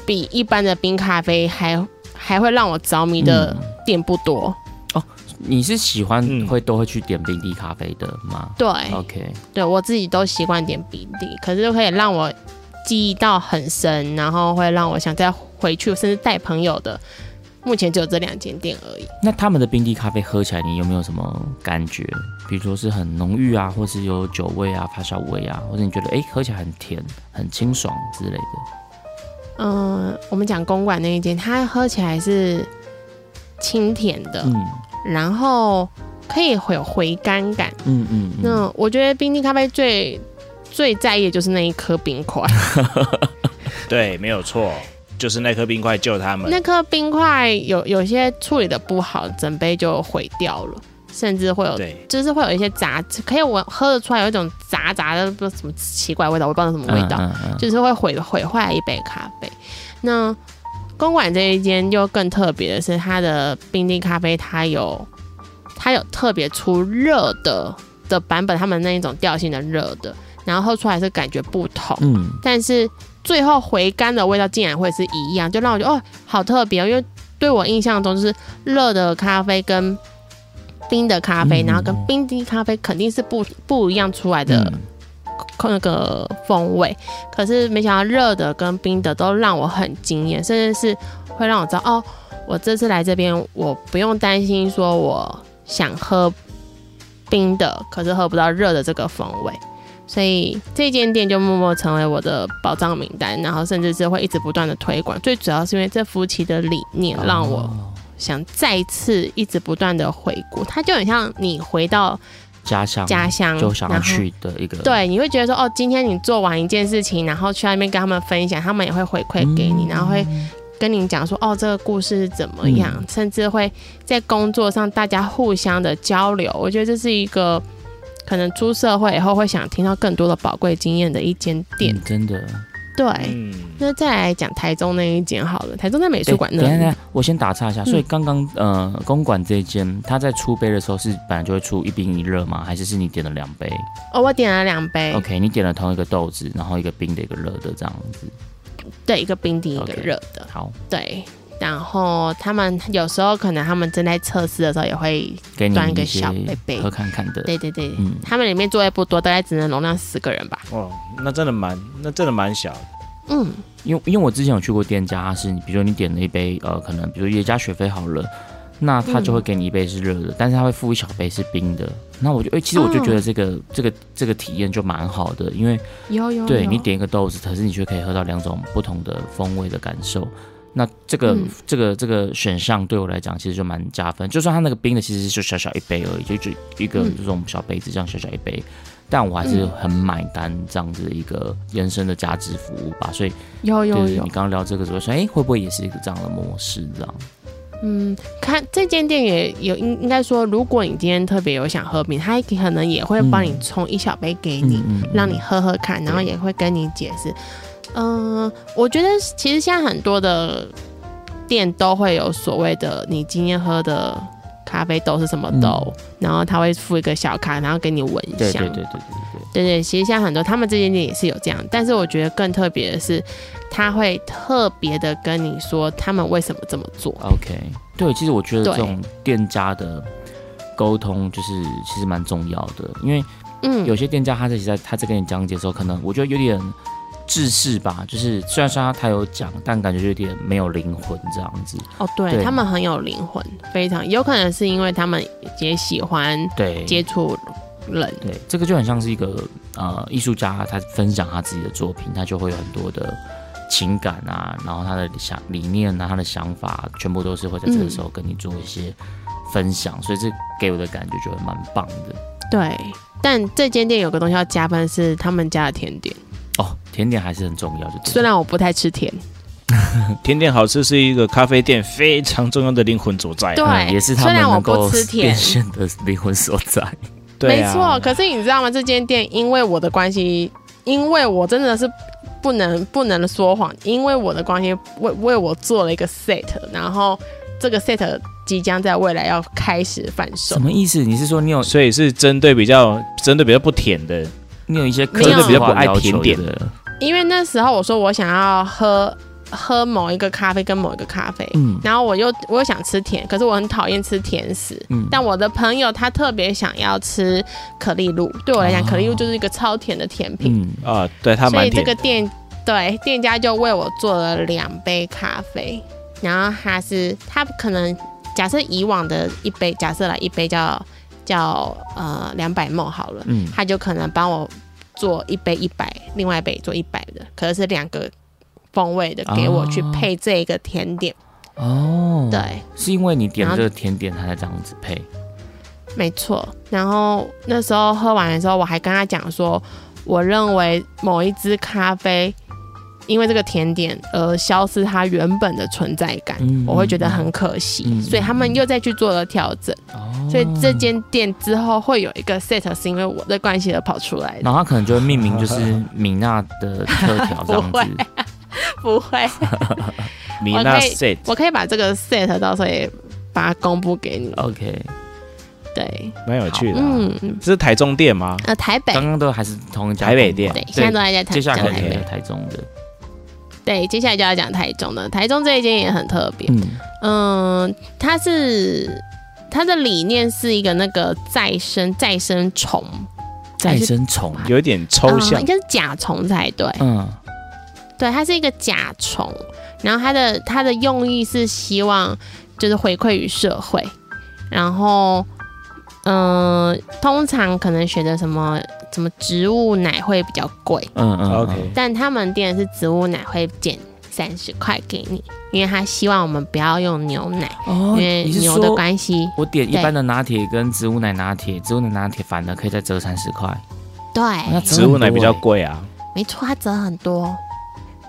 [SPEAKER 3] 比一般的冰咖啡还还会让我着迷的店不多。
[SPEAKER 2] 嗯你是喜欢
[SPEAKER 1] 嗯
[SPEAKER 2] 会都会去点冰滴咖啡的吗
[SPEAKER 3] 对，
[SPEAKER 2] ？OK，
[SPEAKER 3] 对我自己都习惯点冰滴，可是可以让我记忆到很深，然后会让我想再回去，甚至带朋友的。目前只有这两间店而已。
[SPEAKER 2] 那他们的冰滴咖啡喝起来你有没有什么感觉？比如说是很浓郁啊，或是有酒味啊、发酵味啊，或者你觉得哎、诶喝起来很甜、很清爽之类的。
[SPEAKER 3] 嗯，我们讲公馆那一间，它喝起来是清甜的，
[SPEAKER 2] 嗯
[SPEAKER 3] 然后可以会有回甘感。
[SPEAKER 2] 嗯嗯，嗯
[SPEAKER 3] 那我觉得冰滴咖啡最最在意的就是那一颗冰块，
[SPEAKER 1] 对，没有错，就是那颗冰块救他们。
[SPEAKER 3] 那颗冰块有有些处理的不好，整杯就毁掉了，甚至会有。
[SPEAKER 1] 对，
[SPEAKER 3] 就是会有一些杂，可以我喝得出来有一种杂杂的，不知道什么奇怪的味道，我不知道是什么味道，
[SPEAKER 2] 嗯嗯
[SPEAKER 3] 就是会毁毁坏一杯咖啡。那公馆这一间又更特别的是，它的冰滴咖啡它有它有特别出热的的版本，他们那一种调性的热的，然后出来是感觉不同，
[SPEAKER 2] 嗯，
[SPEAKER 3] 但是最后回甘的味道竟然会是一样，就让我觉得哦，好特别、哦，因为对我印象中就是热的咖啡跟冰的咖啡，
[SPEAKER 2] 嗯
[SPEAKER 3] 然后跟冰滴咖啡肯定是不不一样出来的
[SPEAKER 2] 嗯
[SPEAKER 3] 那个风味。可是没想到热的跟冰的都让我很惊艳，甚至是会让我知道哦，我这次来这边我不用担心说我想喝冰的，可是喝不到热的这个风味。所以这间店就默默成为我的宝藏名单，然后甚至是会一直不断的推广。最主要是因为这夫妻的理念让我
[SPEAKER 2] 哦
[SPEAKER 3] 想再次一直不断的回顾，它就很像你回到
[SPEAKER 2] 家乡
[SPEAKER 3] 家乡，
[SPEAKER 2] 就想要
[SPEAKER 3] 然后
[SPEAKER 2] 去的一个，
[SPEAKER 3] 对，你会觉得说，哦，今天你做完一件事情，然后去那边跟他们分享，他们也会回馈给
[SPEAKER 2] 嗯
[SPEAKER 3] 你，然后会跟你讲说，哦，这个故事是怎么样，
[SPEAKER 2] 嗯
[SPEAKER 3] 甚至会在工作上大家互相的交流。我觉得这是一个可能出社会以后会想听到更多的宝贵经验的一间店。
[SPEAKER 2] 嗯真的。
[SPEAKER 3] 对，
[SPEAKER 1] 嗯，
[SPEAKER 3] 那再来讲台中那一间好了，台中在美术
[SPEAKER 2] 对
[SPEAKER 3] 馆
[SPEAKER 2] 等一下，等一
[SPEAKER 3] 那
[SPEAKER 2] 下，我先打岔一下。所以刚刚呃，公馆这一间，它在出杯的时候是本来就会出一冰一热吗？还是是你点了两杯
[SPEAKER 3] 哦，我点了两杯
[SPEAKER 2] ？OK，你点了同一个豆子，然后一个冰的，一个热的这样子。
[SPEAKER 3] 对，一个冰滴，一个
[SPEAKER 2] OK
[SPEAKER 3] 热的。
[SPEAKER 2] 好，
[SPEAKER 3] 对，然后他们有时候可能他们正在测试的时候也会，
[SPEAKER 2] 给你
[SPEAKER 3] 端一个
[SPEAKER 2] 一些
[SPEAKER 3] 小杯杯
[SPEAKER 2] 喝看看的。
[SPEAKER 3] 对对对，
[SPEAKER 2] 嗯
[SPEAKER 3] 他们里面座位不多，大概只能容量十个人吧。
[SPEAKER 1] 哦，那真的蛮，那真的蛮小的。
[SPEAKER 3] 嗯，
[SPEAKER 2] 因为因为我之前有去过店家，它是你比如说你点了一杯呃，可能比如说野加雪菲好了，那他就会
[SPEAKER 3] 嗯
[SPEAKER 2] 给你一杯是热的，但是他会附一小杯是冰的。那我就哎、其实我就
[SPEAKER 3] 嗯
[SPEAKER 2] 觉得这个、这个这个体验就蛮好的，因为
[SPEAKER 3] 有有
[SPEAKER 2] 对
[SPEAKER 3] 哦有
[SPEAKER 2] 你点一个豆子，可是你却可以喝到两种不同的风味的感受。那这个、
[SPEAKER 3] 嗯
[SPEAKER 2] 这个这个选项对我来讲其实就蛮加分，就算它那个冰的其实就小小一杯而已，就就一个
[SPEAKER 3] 嗯
[SPEAKER 2] 这种小杯子这样小小一杯，但我还是很买单这样子的一个延伸的价值服务吧。所以
[SPEAKER 3] 有
[SPEAKER 2] 对
[SPEAKER 3] 有
[SPEAKER 2] 对，你
[SPEAKER 3] 有
[SPEAKER 2] 刚，刚聊这个时候说，哎、会不会也是一个这样的模式？这样，
[SPEAKER 3] 嗯，看这间店也有应应该说，如果你今天特别有想喝冰，他可能也会帮你
[SPEAKER 2] 嗯
[SPEAKER 3] 冲一小杯给你，让你喝喝看，然后也会跟你解释。嗯、我觉得其实现在很多的店都会有所谓的，你今天喝的咖啡豆是什么豆，然后他会附一个小卡，然后给你闻一
[SPEAKER 2] 嗯对
[SPEAKER 3] 下。
[SPEAKER 2] 对对对对对
[SPEAKER 3] 对对，其实现在很多他们这间店也是有这样，但是我觉得更特别的是，他会特别的跟你说他们为什么这么做。
[SPEAKER 2] ，OK，对，其实我觉得
[SPEAKER 3] 对
[SPEAKER 2] 这种店家的沟通就是其实蛮重要的，因为
[SPEAKER 3] 嗯，
[SPEAKER 2] 有些店家他在在他在跟你讲解的时候，可能我觉得有点制式吧，就是虽然说他他有讲，但感觉有点没有灵魂这样子。
[SPEAKER 3] 哦，对
[SPEAKER 2] 对
[SPEAKER 3] 他们很有灵魂，非常有可能是因为他们也喜欢
[SPEAKER 2] 对，
[SPEAKER 3] 接触人。
[SPEAKER 2] 对，这个就很像是一个呃艺术家，他分享他自己的作品，他就会有很多的情感啊，然后他的想理念啊，他的想法，全部都是会在这个时候跟你做一些分享，所以这给我的感觉就会蛮棒的
[SPEAKER 3] 对，但这间店有个东西要加分是他们家的甜点，
[SPEAKER 2] 哦。甜点还是很重要，就
[SPEAKER 3] 虽
[SPEAKER 2] 然
[SPEAKER 3] 然我不太吃甜，
[SPEAKER 1] 甜点好吃是一个咖啡店非常重要的灵魂所在。啊
[SPEAKER 3] 对
[SPEAKER 2] 嗯也是他
[SPEAKER 3] 虽
[SPEAKER 2] 们
[SPEAKER 3] 然我
[SPEAKER 2] 能
[SPEAKER 3] 不
[SPEAKER 2] 够
[SPEAKER 3] 吃甜
[SPEAKER 2] 变现的灵魂所在。
[SPEAKER 1] 对啊
[SPEAKER 3] 没错。可是你知道吗？这间店因为我的关系，因为我真的是不能不能说谎，因为我的关系为为我做了一个 set，然后这个 set 即将在未来要开始贩
[SPEAKER 2] *laughs*
[SPEAKER 3] 售
[SPEAKER 2] 什。么意思？你是说你有
[SPEAKER 1] 所以是针对比较针对比较不甜的，
[SPEAKER 2] 你有一些
[SPEAKER 3] 没有
[SPEAKER 1] 真
[SPEAKER 2] 客制化
[SPEAKER 1] 的比较不爱
[SPEAKER 2] 要
[SPEAKER 1] 甜
[SPEAKER 2] 求
[SPEAKER 1] 点
[SPEAKER 2] 的？
[SPEAKER 3] 因为那时候我说我想要喝喝某一个咖啡跟某一个咖啡，
[SPEAKER 2] 嗯
[SPEAKER 3] 然后我又我又想吃甜，可是我很讨厌吃甜食。
[SPEAKER 2] 嗯
[SPEAKER 3] 但我的朋友他特别想要吃可丽露，对我来讲，
[SPEAKER 2] 哦
[SPEAKER 3] 可丽露就是一个超甜的甜品，
[SPEAKER 2] 嗯，
[SPEAKER 1] 啊，对，它
[SPEAKER 3] 所
[SPEAKER 1] 蛮
[SPEAKER 3] 以这
[SPEAKER 1] 甜
[SPEAKER 3] 个
[SPEAKER 1] 的。
[SPEAKER 3] 店对店家就为我做了两杯咖啡，然后他是他可能假设以往的一杯，假设来一杯叫叫呃两百梦好了，
[SPEAKER 2] 嗯
[SPEAKER 3] 他就可能帮我做一杯一百，另外一杯做一百的，可是是两个风味的给我去
[SPEAKER 2] 哦
[SPEAKER 3] 配这个甜点，
[SPEAKER 2] 哦，
[SPEAKER 3] 对。，
[SPEAKER 2] 是因为你点
[SPEAKER 3] 然
[SPEAKER 2] 了
[SPEAKER 3] 后
[SPEAKER 2] 这个甜点，他才这样子配。
[SPEAKER 3] 没错。然后那时候喝完的时候，我还跟他讲说，我认为某一支咖啡因为这个甜点而消失它原本的存在感，
[SPEAKER 2] 嗯
[SPEAKER 3] 我会觉得很可惜。
[SPEAKER 2] 嗯嗯
[SPEAKER 3] 所以他们又再去做了调整，
[SPEAKER 2] 哦
[SPEAKER 3] 所以这间店之后会有一个 set 是因为我的关系而跑出来的，
[SPEAKER 2] 然后他可能就会命名就是米娜的特调这样
[SPEAKER 3] *laughs* 不会
[SPEAKER 2] 子，
[SPEAKER 3] 不会。
[SPEAKER 1] 米
[SPEAKER 3] 我
[SPEAKER 1] 娜
[SPEAKER 3] 可以
[SPEAKER 1] set
[SPEAKER 3] 我可以把这个 set 到时候也把它公布给你。
[SPEAKER 2] OK，
[SPEAKER 3] 对，
[SPEAKER 1] 蛮有趣的、啊。
[SPEAKER 3] 嗯，嗯
[SPEAKER 1] 这是台中店吗？
[SPEAKER 3] 呃，台北，
[SPEAKER 2] 刚刚都还是同一家
[SPEAKER 1] 台北
[SPEAKER 2] 公司
[SPEAKER 1] 店
[SPEAKER 3] 对，现在都还在台
[SPEAKER 2] 接下来
[SPEAKER 3] 讲
[SPEAKER 2] 可
[SPEAKER 3] 台
[SPEAKER 2] 能
[SPEAKER 1] 北
[SPEAKER 2] 有台中的，
[SPEAKER 3] 对，接下来就要讲台中的，台中这一间也很特别，
[SPEAKER 2] 嗯，
[SPEAKER 3] 嗯，它是它的理念是一个那个再生再生虫，
[SPEAKER 2] 再生虫，
[SPEAKER 1] 有一点抽
[SPEAKER 3] 呃
[SPEAKER 1] 象
[SPEAKER 3] 应，该是甲虫才对，
[SPEAKER 2] 嗯，
[SPEAKER 3] 对，它是一个甲虫，然后它的它的用意是希望就是回馈于社会，然后嗯、呃通常可能选择什么什么植物奶会比较贵，
[SPEAKER 2] 嗯嗯
[SPEAKER 1] OK
[SPEAKER 3] 但他们店是植物奶会减三十块给你，因为他希望我们不要用牛奶，
[SPEAKER 2] 哦
[SPEAKER 3] 因为
[SPEAKER 2] 你是
[SPEAKER 3] 牛的
[SPEAKER 2] 说
[SPEAKER 3] 关系。
[SPEAKER 2] 我点一
[SPEAKER 3] 对
[SPEAKER 2] 般的拿铁跟植物奶拿铁，植物奶拿铁反而可以再折三十块，
[SPEAKER 3] 对，
[SPEAKER 2] 那折
[SPEAKER 1] 植物奶比较
[SPEAKER 2] 很多欸
[SPEAKER 1] 贵啊。
[SPEAKER 3] 没错，他折很多。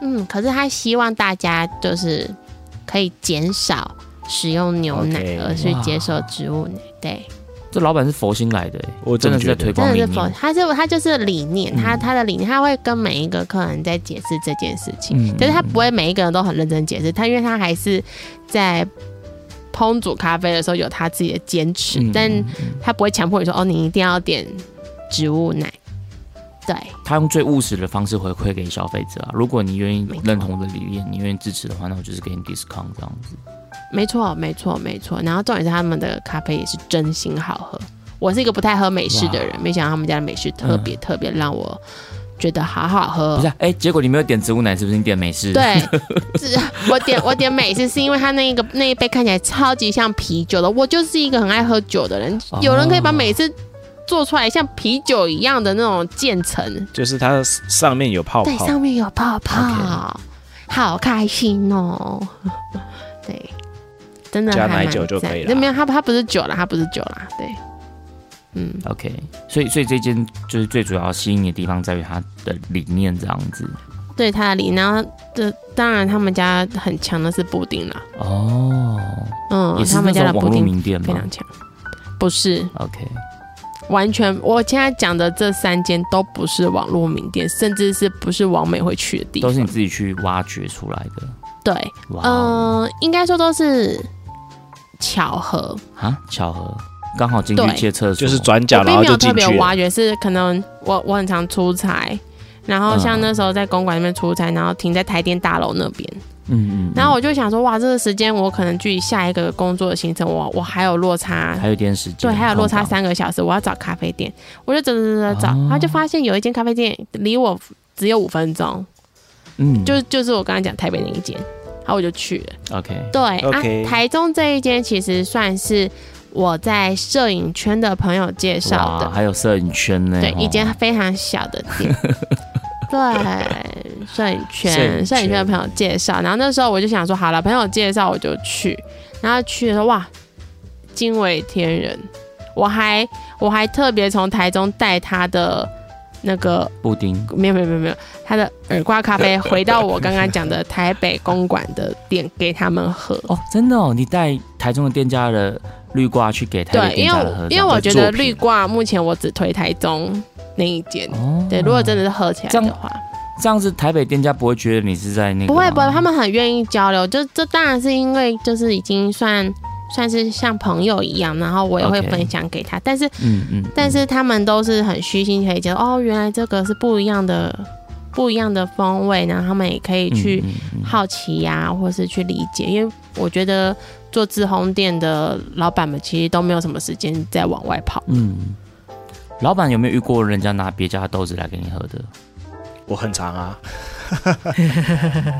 [SPEAKER 3] 嗯，可是他希望大家就是可以减少使用牛奶
[SPEAKER 1] OK，
[SPEAKER 3] 而去
[SPEAKER 2] 哇
[SPEAKER 3] 接受植物奶。对，
[SPEAKER 2] 欸，这老板是佛心来的欸，
[SPEAKER 1] 我
[SPEAKER 2] 真
[SPEAKER 1] 真
[SPEAKER 2] 的
[SPEAKER 1] 的
[SPEAKER 2] 是
[SPEAKER 1] 觉
[SPEAKER 2] 在
[SPEAKER 1] 得
[SPEAKER 2] 推
[SPEAKER 3] 真
[SPEAKER 2] 广
[SPEAKER 3] 的
[SPEAKER 2] 理
[SPEAKER 3] 是否
[SPEAKER 2] 念，
[SPEAKER 3] 他是他就是理念，他
[SPEAKER 2] 嗯
[SPEAKER 3] 他的理念，他会跟每一个客人在解释这件事情，
[SPEAKER 2] 嗯
[SPEAKER 3] 但是他
[SPEAKER 2] 嗯
[SPEAKER 3] 不会每一个人都很认真解释，他因为他还是在烹煮咖啡的时候有他自己的坚持，
[SPEAKER 2] 嗯
[SPEAKER 3] 但
[SPEAKER 2] 嗯
[SPEAKER 3] 他不会强迫你说哦，你一定要点植物奶。对，
[SPEAKER 2] 他用最务实的方式回馈给消费者啊。
[SPEAKER 3] 嗯
[SPEAKER 2] 如果你愿意认同我的理念，你愿意支持的话，那我就是给你 discount 这样子。
[SPEAKER 3] 没错，没错，没错。然后重点是他们的咖啡也是真心好喝。我是一个不太喝美式的人，没想到他们家的美式特别特别让我觉得好好喝。
[SPEAKER 2] 嗯不是啊，哎、结果你没有点植物奶，是不是你点美式？，
[SPEAKER 3] 对， *laughs* 是我点我点美式是因为它那一个那一杯看起来超级像啤酒的，我就是一个很爱喝酒的人。
[SPEAKER 2] 哦
[SPEAKER 3] 有人可以把美式做出来像啤酒一样的那种渐层，
[SPEAKER 1] 就是它上面有泡
[SPEAKER 3] 对，
[SPEAKER 1] 泡，
[SPEAKER 3] 上面有泡泡好开心哦。 *laughs* 对，真的
[SPEAKER 1] 加
[SPEAKER 3] 还
[SPEAKER 1] 奶
[SPEAKER 3] 蛮
[SPEAKER 1] 酒就
[SPEAKER 3] 赞
[SPEAKER 1] 可以
[SPEAKER 3] 那
[SPEAKER 1] 啦
[SPEAKER 3] 没有，它它不是酒啦，它不是酒啦，对，嗯，
[SPEAKER 2] OK，所以所以这间就是最主要吸引你的地方在于它的理念这样子。
[SPEAKER 3] 对，它的梨，然后这当然他们家很强的是布丁啦，
[SPEAKER 2] 哦，
[SPEAKER 3] 嗯
[SPEAKER 2] 也，是
[SPEAKER 3] 他
[SPEAKER 2] 那
[SPEAKER 3] 们家
[SPEAKER 2] 种
[SPEAKER 3] 的
[SPEAKER 2] 网
[SPEAKER 3] 布
[SPEAKER 2] 络
[SPEAKER 3] 丁
[SPEAKER 2] 名店
[SPEAKER 3] 非
[SPEAKER 2] 吗
[SPEAKER 3] 常强，不是
[SPEAKER 2] ？OK，
[SPEAKER 3] 完全，我现在讲的这三间都不是网络名店，甚至是不是王美会去的地
[SPEAKER 2] 都
[SPEAKER 3] 方
[SPEAKER 2] 是，你自己去挖掘出来的。
[SPEAKER 3] 对，
[SPEAKER 2] 哇、哦
[SPEAKER 3] 嗯、应该说都是巧合，
[SPEAKER 2] 啊，巧合，刚好进去
[SPEAKER 3] 对
[SPEAKER 2] 借厕所，
[SPEAKER 1] 就是转角
[SPEAKER 3] 我
[SPEAKER 1] 然
[SPEAKER 3] 并
[SPEAKER 1] 后
[SPEAKER 3] 没
[SPEAKER 1] 就
[SPEAKER 3] 有
[SPEAKER 1] 进
[SPEAKER 3] 特别
[SPEAKER 1] 去了
[SPEAKER 3] 挖。掘，是可能我我很常出差，然后像
[SPEAKER 2] 嗯
[SPEAKER 3] 那时候在公馆那边出差，然后停在台电大楼那边，
[SPEAKER 2] 嗯，嗯嗯，
[SPEAKER 3] 然后我就想说，哇，这个时间我可能距离下一个工作的行程，我我还有落差。
[SPEAKER 2] 还有一点时间，
[SPEAKER 3] 对，还有落差
[SPEAKER 2] 空档，
[SPEAKER 3] 三个小时，我要找咖啡店，我就找找找找找，然后
[SPEAKER 1] 哦
[SPEAKER 3] 就发现有一间咖啡店离我只有五分钟，
[SPEAKER 2] 嗯，
[SPEAKER 3] 就就是我刚刚讲台北那一间，然后我就去了。
[SPEAKER 2] OK，
[SPEAKER 3] 对
[SPEAKER 1] OK
[SPEAKER 3] 啊，台中这一间其实算是我在摄影圈的朋友介绍的
[SPEAKER 2] 哇，，还有摄影圈呢，
[SPEAKER 3] 对，
[SPEAKER 2] 吼
[SPEAKER 3] 一间非常小的 *laughs* 店。对，
[SPEAKER 1] 摄
[SPEAKER 3] 摄影
[SPEAKER 1] 影
[SPEAKER 3] 圈，摄影圈的
[SPEAKER 1] 圈
[SPEAKER 3] 朋友介绍，然后那时候我就想说，好了，朋友介绍我就去，然后去的时候哇，惊为天人，我还我还特别从台中带他的那个
[SPEAKER 2] 布丁，
[SPEAKER 3] 没有没有没有没有，他的耳挂咖啡回到我刚刚讲的台北公馆的店给他们喝，
[SPEAKER 2] 哦，真的哦，你带台中的店家的绿挂去给台
[SPEAKER 3] 对，
[SPEAKER 2] 北
[SPEAKER 3] 因
[SPEAKER 2] 店
[SPEAKER 3] 为
[SPEAKER 2] 家的喝
[SPEAKER 3] 我
[SPEAKER 2] 这样，
[SPEAKER 3] 因为我觉
[SPEAKER 1] 作
[SPEAKER 3] 得
[SPEAKER 1] 品
[SPEAKER 3] 绿挂目前我只推台中那一间，
[SPEAKER 2] 哦，
[SPEAKER 3] 对，如果真的是喝起来
[SPEAKER 2] 这样
[SPEAKER 3] 的话。
[SPEAKER 2] 这样子，台北店家不会觉得你是在那个哦
[SPEAKER 3] 不会不会，
[SPEAKER 2] 吗
[SPEAKER 3] 他们很愿意交流。就这当然是因为就是已经算算是像朋友一样，然后我也会
[SPEAKER 2] OK
[SPEAKER 3] 分享给他。但是
[SPEAKER 2] 嗯嗯，
[SPEAKER 3] 但是他们都是很虚心可以接受，哦，原来这个是不一样的不一样的风味，然后他们也可以
[SPEAKER 2] 嗯
[SPEAKER 3] 去
[SPEAKER 2] 嗯嗯
[SPEAKER 3] 好奇呀、或是去理解。因为我觉得做自烘店的老板们其实都没有什么时间再往外跑。
[SPEAKER 2] 嗯，老板有没有遇过人家拿别家的豆子来给你喝的？
[SPEAKER 1] 我很长啊，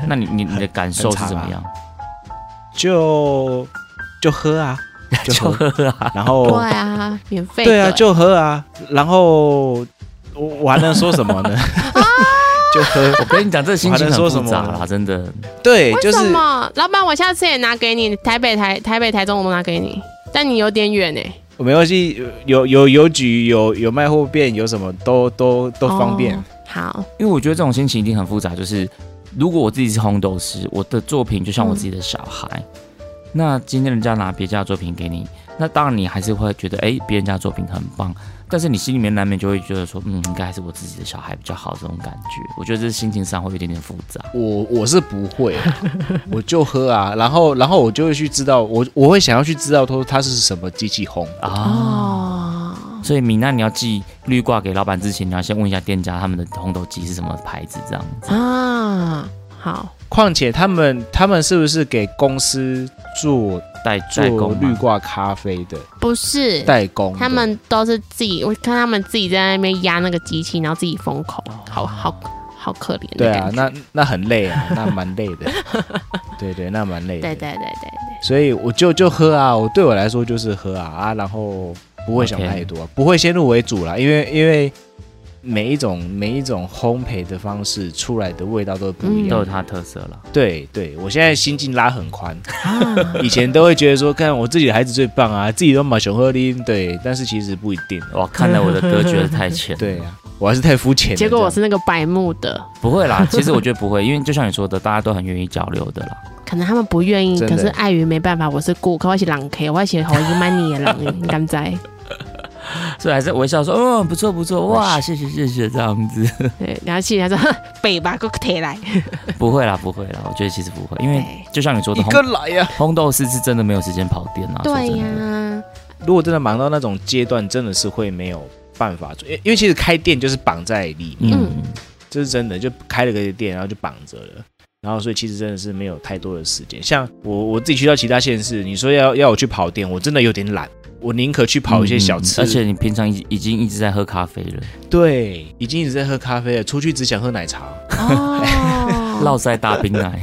[SPEAKER 2] 那你你你的感受是怎么样？
[SPEAKER 1] 就就喝 *laughs* 啊，就
[SPEAKER 2] 就
[SPEAKER 1] 喝，
[SPEAKER 2] 喝啊，
[SPEAKER 1] 然
[SPEAKER 3] 对
[SPEAKER 1] 后
[SPEAKER 3] 啊，免费
[SPEAKER 1] 哦
[SPEAKER 3] 的
[SPEAKER 1] 对啊，就喝啊，然后我我还能说什么
[SPEAKER 3] *laughs*
[SPEAKER 1] 呢？
[SPEAKER 3] 啊
[SPEAKER 1] *laughs* 就喝， *laughs*
[SPEAKER 2] 我跟你讲，这心
[SPEAKER 1] 我还
[SPEAKER 2] 情
[SPEAKER 1] 能
[SPEAKER 2] 很
[SPEAKER 1] 说什
[SPEAKER 2] 复
[SPEAKER 1] 么啊
[SPEAKER 2] 杂啦，真的。
[SPEAKER 1] 对，就
[SPEAKER 3] 为什
[SPEAKER 1] 是
[SPEAKER 3] 么？老板，我下次也拿给你，台北台台北台中我都拿给你，但你有点远哎、
[SPEAKER 1] 没关系，有有邮局有有卖货店，有什么都都都方便
[SPEAKER 3] 哦。好，
[SPEAKER 2] 因为我觉得这种心情一定很复杂。就是如果我自己是烘豆师，我的作品就像我
[SPEAKER 3] 嗯
[SPEAKER 2] 自己的小孩。那今天人家拿别家的作品给你，那当然你还是会觉得，哎、别人家的作品很棒，但是你心里面难免就会觉得说，嗯，应该还是我自己的小孩比较好这种感觉。我觉得这心情上会有一点点复杂。
[SPEAKER 1] 我我是不会啊，我就喝啊，然后然后我就会去知道，我我会想要去知道说它是什么机器啊烘。
[SPEAKER 3] 啊哦，
[SPEAKER 2] 所以米娜，你要寄绿挂给老板之前，你要先问一下店家他们的烘豆机是什么牌子，这样子。
[SPEAKER 3] 啊，好，
[SPEAKER 1] 况且他们他们是不是给公司做
[SPEAKER 2] 代代
[SPEAKER 1] 做
[SPEAKER 2] 工吗
[SPEAKER 1] 绿挂咖啡的
[SPEAKER 3] 不是，
[SPEAKER 1] 代工的？
[SPEAKER 3] 他们都是自己，我看他们自己在那边压那个机器，然后自己封口，好好好可怜
[SPEAKER 1] 对
[SPEAKER 3] 的
[SPEAKER 1] 啊
[SPEAKER 3] 感，觉。
[SPEAKER 1] 那那很累啊，那蛮累
[SPEAKER 3] *laughs*
[SPEAKER 1] 的。对对，那蛮累的。
[SPEAKER 3] 对对对对对，
[SPEAKER 1] 所以我就就喝啊，我对我来说就是喝啊啊，然后不会想
[SPEAKER 2] OK
[SPEAKER 1] 太多啊不会先入为主啦，因为因为每一种每一种烘焙的方式出来的味道都不一
[SPEAKER 3] 嗯
[SPEAKER 1] 样。啊
[SPEAKER 2] 都有它的特色了。
[SPEAKER 1] 对对，我现在心境拉很
[SPEAKER 3] *laughs*
[SPEAKER 1] 宽， *laughs*
[SPEAKER 3] 啊，
[SPEAKER 1] 以前都会觉得说，看我自己的孩子最棒啊，自己都买熊喝啉，对，但是其实不一定哦。
[SPEAKER 2] 哇，看来我的歌觉得太浅。
[SPEAKER 1] 对，啊，我还是太肤浅了。
[SPEAKER 3] 结果我
[SPEAKER 1] 这样
[SPEAKER 3] 是那个白目的，
[SPEAKER 2] 不会啦， *laughs* 其实我觉得不会，因为就像你说的，大家都很愿意交流的啦。
[SPEAKER 3] 可能他们不愿意，
[SPEAKER 1] 真的
[SPEAKER 3] 可是碍于没办法，我是顾客，我一起狼 K，我一起好一个 money 的狼，你敢 *laughs* 在？
[SPEAKER 2] 所以还是微笑说，嗯、不错不错，哇，谢谢谢谢这样子。
[SPEAKER 3] 对，然后心里他说 *laughs* 哼北吧，给我贴来，
[SPEAKER 2] 不会啦，不会啦，我觉得其实不会，因为
[SPEAKER 3] 对
[SPEAKER 2] 就像你说的，
[SPEAKER 1] 一个
[SPEAKER 2] 烘
[SPEAKER 1] 来呀、
[SPEAKER 3] 啊
[SPEAKER 2] 烘豆师是真的没有时间跑店啊。说
[SPEAKER 3] 对
[SPEAKER 2] 真
[SPEAKER 3] 呀、
[SPEAKER 2] 的
[SPEAKER 1] 如果真的忙到那种阶段，真的是会没有办法做，因为因为其实开店就是绑在里面。
[SPEAKER 2] 嗯，
[SPEAKER 1] 这是真的，就开了个店，然后就绑着了，然后所以其实真的是没有太多的时间。像我我自己去到其他县市，你说要要我去跑店，我真的有点懒，我宁可去跑一些小吃。
[SPEAKER 2] 嗯而且你平常已已经一直在喝咖啡了，
[SPEAKER 1] 对，已经一直在喝咖啡了，出去只想喝奶茶。
[SPEAKER 3] *laughs* 哦，
[SPEAKER 2] 落塞大冰奶，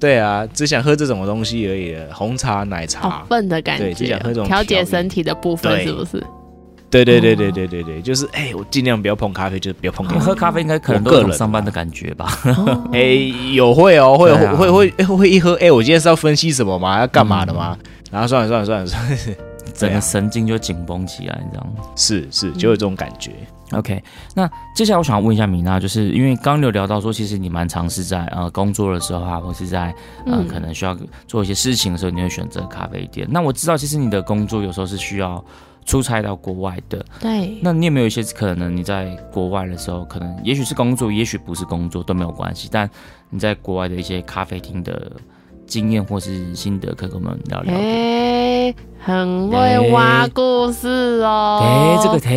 [SPEAKER 1] 对啊，只想喝这种东西而已了，红茶、奶
[SPEAKER 3] 好
[SPEAKER 1] 茶。
[SPEAKER 3] 笨的感
[SPEAKER 1] 对就
[SPEAKER 3] 觉
[SPEAKER 1] 想喝这种，
[SPEAKER 3] 调节
[SPEAKER 1] 调理
[SPEAKER 3] 身体的部分
[SPEAKER 1] 对
[SPEAKER 3] 是不是？
[SPEAKER 1] 对对对对对对对，就是哎、我尽量不要碰咖啡，就是不要碰咖啡。
[SPEAKER 2] 喝咖啡应该可能都有种上班的感觉吧？
[SPEAKER 3] 哦
[SPEAKER 1] 哎、有会哦，会、
[SPEAKER 2] 对啊
[SPEAKER 1] 会会会会一喝，哎、我今天是要分析什么吗？要干嘛的吗？然后算了算了算了算了， *laughs*
[SPEAKER 2] 整个神经就紧绷起来，这样。
[SPEAKER 1] 是是，就有这种感觉。
[SPEAKER 2] OK，那接下来我想问一下米娜，就是因为刚刚有聊到说，其实你蛮尝试在呃工作的时候啊，或是在呃
[SPEAKER 3] 嗯
[SPEAKER 2] 可能需要做一些事情的时候，你会选择咖啡店。那我知道，其实你的工作有时候是需要出差到国外的。
[SPEAKER 3] 对，
[SPEAKER 2] 那你有没有一些可能你在国外的时候，可能也许是工作，也许不是工作都没有关系，但你在国外的一些咖啡厅的经验或是心得，可以跟我们聊聊。哎、
[SPEAKER 3] 哎，很会挖故事哦。
[SPEAKER 2] 这个题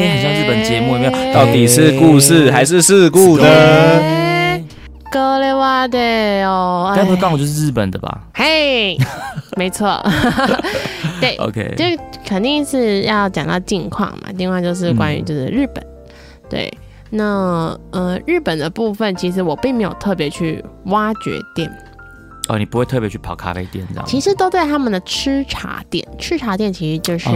[SPEAKER 2] 很像日本节目有没有？
[SPEAKER 1] 到底是故事还是事故
[SPEAKER 2] 嗯
[SPEAKER 1] 呢？
[SPEAKER 3] 哎格雷瓦的哦，
[SPEAKER 2] 该不会
[SPEAKER 3] 哎
[SPEAKER 2] 刚好就是日本的吧
[SPEAKER 3] 嘿， *laughs* 没错， *laughs* 对，
[SPEAKER 2] ？OK，
[SPEAKER 3] 哎就肯定是要讲到近况嘛，近况就是关
[SPEAKER 2] 嗯
[SPEAKER 3] 于就是日本，对。那呃，日本的部分其实我并没有特别去挖掘店，
[SPEAKER 2] 哦，你不会特别去跑咖啡店这样？
[SPEAKER 3] 其实都在他们的吃茶店。吃茶店其实就是，
[SPEAKER 2] 哦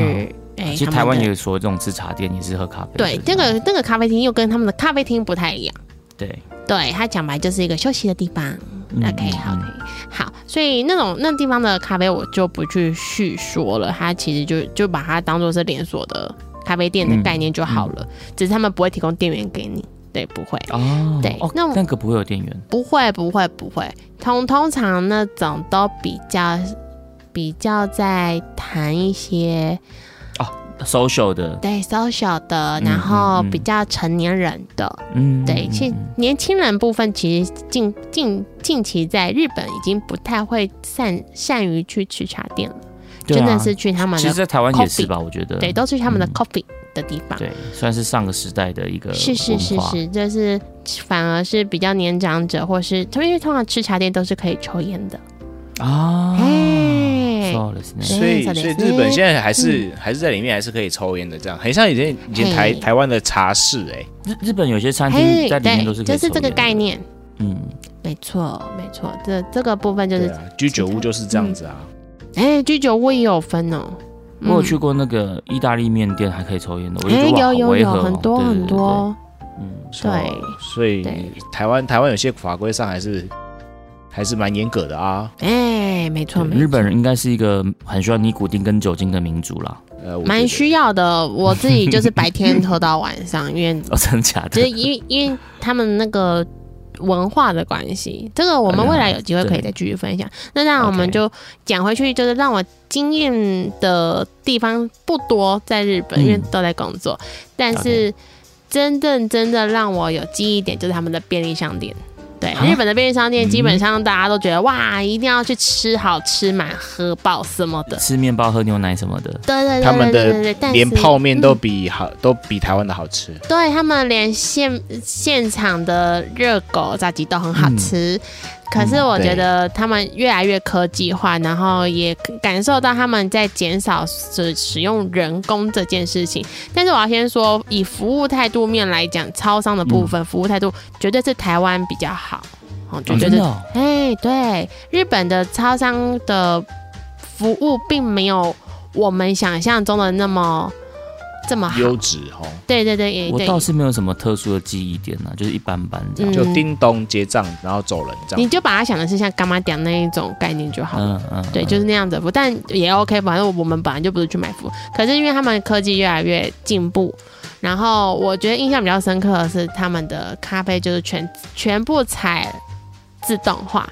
[SPEAKER 3] 哎、
[SPEAKER 2] 其实
[SPEAKER 3] 他们
[SPEAKER 2] 台湾
[SPEAKER 3] 的
[SPEAKER 2] 也有所谓这种吃茶店，也是喝咖啡。
[SPEAKER 3] 对这个这个咖啡厅又跟他们的咖啡厅不太一样，
[SPEAKER 2] 对
[SPEAKER 3] 对，它讲白就是一个休息的地方。
[SPEAKER 2] 嗯
[SPEAKER 3] OK，好，
[SPEAKER 2] 嗯
[SPEAKER 3] 可以，好，所以那种那地方的咖啡我就不去叙说了，它其实就就把它当做是连锁的咖啡店的概念就好
[SPEAKER 2] 嗯
[SPEAKER 3] 了，只是他们不会提供店员给你，对，不会，
[SPEAKER 2] 哦，
[SPEAKER 3] 对
[SPEAKER 2] 哦
[SPEAKER 3] 那我
[SPEAKER 2] 那个不会有店员，
[SPEAKER 3] 不会，不会，不会，通通常那种都比较比较在谈一些
[SPEAKER 2] social 的，
[SPEAKER 3] 对 social 的，
[SPEAKER 2] 嗯
[SPEAKER 3] 然后
[SPEAKER 2] 嗯嗯
[SPEAKER 3] 比较成年人的，
[SPEAKER 2] 嗯，
[SPEAKER 3] 对，
[SPEAKER 2] 嗯
[SPEAKER 3] 其
[SPEAKER 2] 嗯
[SPEAKER 3] 年轻人部分其实近近近期在日本已经不太会善善于去吃茶店了，
[SPEAKER 2] 对
[SPEAKER 3] 真的
[SPEAKER 2] 啊
[SPEAKER 3] 是去他们
[SPEAKER 2] 其实，
[SPEAKER 3] 的
[SPEAKER 2] 在台湾也是吧？我觉得，
[SPEAKER 3] 对，都是去他们的
[SPEAKER 2] 嗯
[SPEAKER 3] coffee 的地方。
[SPEAKER 2] 对，算是上个时代的一个
[SPEAKER 3] 是是是
[SPEAKER 2] 文化，
[SPEAKER 3] 是，就是反而是比较年长者，或是因为通常吃茶店都是可以抽烟的，
[SPEAKER 2] 啊，
[SPEAKER 3] 哎
[SPEAKER 2] そうですね
[SPEAKER 3] 对
[SPEAKER 1] 所以，
[SPEAKER 3] そうです
[SPEAKER 1] 所以
[SPEAKER 3] ね
[SPEAKER 1] 日本现在还是、还是在里面还是可以抽烟的，这样很像以前以前台
[SPEAKER 3] 嘿
[SPEAKER 1] 台湾的茶室哎、
[SPEAKER 2] 日日本有些餐
[SPEAKER 3] 嘿
[SPEAKER 2] 厅在，里面都是
[SPEAKER 3] 对，
[SPEAKER 2] 可以
[SPEAKER 3] 就是
[SPEAKER 2] 抽
[SPEAKER 3] 这个
[SPEAKER 2] 烟的
[SPEAKER 3] 概，念，
[SPEAKER 2] 嗯，
[SPEAKER 3] 没错没错，这这个部分就
[SPEAKER 1] 对
[SPEAKER 3] 是，
[SPEAKER 1] 啊，居酒屋就是这样子啊。
[SPEAKER 3] 哎，居酒屋也有分哦，
[SPEAKER 2] 我有去过那个意大利面店，还可以抽烟的，我
[SPEAKER 3] 嗯，
[SPEAKER 2] 就
[SPEAKER 3] 哎，
[SPEAKER 2] 觉得哇，好
[SPEAKER 3] 有有
[SPEAKER 2] 违和
[SPEAKER 3] 有，
[SPEAKER 2] 哦
[SPEAKER 3] 很多
[SPEAKER 2] 对对对
[SPEAKER 3] 很
[SPEAKER 2] 对
[SPEAKER 3] 多，
[SPEAKER 2] 嗯，
[SPEAKER 3] 对，
[SPEAKER 1] 所以
[SPEAKER 3] 对
[SPEAKER 1] 台湾台湾有些法规上还是还是蛮严格的啊。
[SPEAKER 3] 哎，没错没错，
[SPEAKER 2] 日本人应该是一个很需要尼古丁跟酒精的民族啦，
[SPEAKER 1] 呃，我觉得
[SPEAKER 3] 蛮需要的。我自
[SPEAKER 2] *laughs*
[SPEAKER 3] 己就是白天喝到晚上，因为
[SPEAKER 2] 哦，真的假的
[SPEAKER 3] 就是？因为因为他们那个文化的关系，这个我们未来有机会可以再继续分
[SPEAKER 2] *laughs*
[SPEAKER 3] 享。那当然，我们
[SPEAKER 2] OK
[SPEAKER 3] 就讲回去，就是让我惊艳的地方不多，在日本，
[SPEAKER 2] 嗯
[SPEAKER 3] 因为都在工作，但
[SPEAKER 2] OK
[SPEAKER 3] 是真正真的让我有记忆点就是他们的便利商店。对，
[SPEAKER 2] 啊
[SPEAKER 3] 日本的便利商店
[SPEAKER 2] 嗯
[SPEAKER 3] 基本上大家都觉得、哇，一定要去吃好吃满、喝饱什么的。
[SPEAKER 2] 吃面包、喝牛奶什么的，
[SPEAKER 3] 对对对对对对
[SPEAKER 1] 他们的
[SPEAKER 3] 对但
[SPEAKER 1] 连
[SPEAKER 3] 是
[SPEAKER 1] 泡面都
[SPEAKER 3] 嗯
[SPEAKER 1] 比好，都比台湾的好吃。
[SPEAKER 3] 对他们连现现场的热狗炸鸡都很好吃，
[SPEAKER 1] 嗯
[SPEAKER 3] 可是我觉得他们越来越科技化，然后也感受到他们在减少使使用人工这件事情。但是我要先说，以服务态度面来讲，超商的部
[SPEAKER 1] 嗯
[SPEAKER 3] 分、服务态度绝对是台湾比较好，哦，绝对
[SPEAKER 2] 真
[SPEAKER 3] 是
[SPEAKER 2] 的哦
[SPEAKER 3] 哎，对，日本的超商的服务并没有我们想象中的那么这么好。
[SPEAKER 1] 优质哦，
[SPEAKER 3] 对对对，也
[SPEAKER 2] 我
[SPEAKER 3] 对
[SPEAKER 2] 倒是没有什么特殊的记忆点啊，就是一般般这样。
[SPEAKER 3] 嗯
[SPEAKER 1] 就叮咚结账，然后走人这
[SPEAKER 3] 你
[SPEAKER 1] 样。
[SPEAKER 3] 就把它想的是像干妈店那一种概念就好了。
[SPEAKER 2] 嗯嗯，
[SPEAKER 3] 对，
[SPEAKER 2] 嗯
[SPEAKER 3] 就是那样子的服务，但也 OK，反正我们本来就不是去买服务，可是因为他们科技越来越进步，然后我觉得印象比较深刻的是他们的咖啡就是全全部采自动化，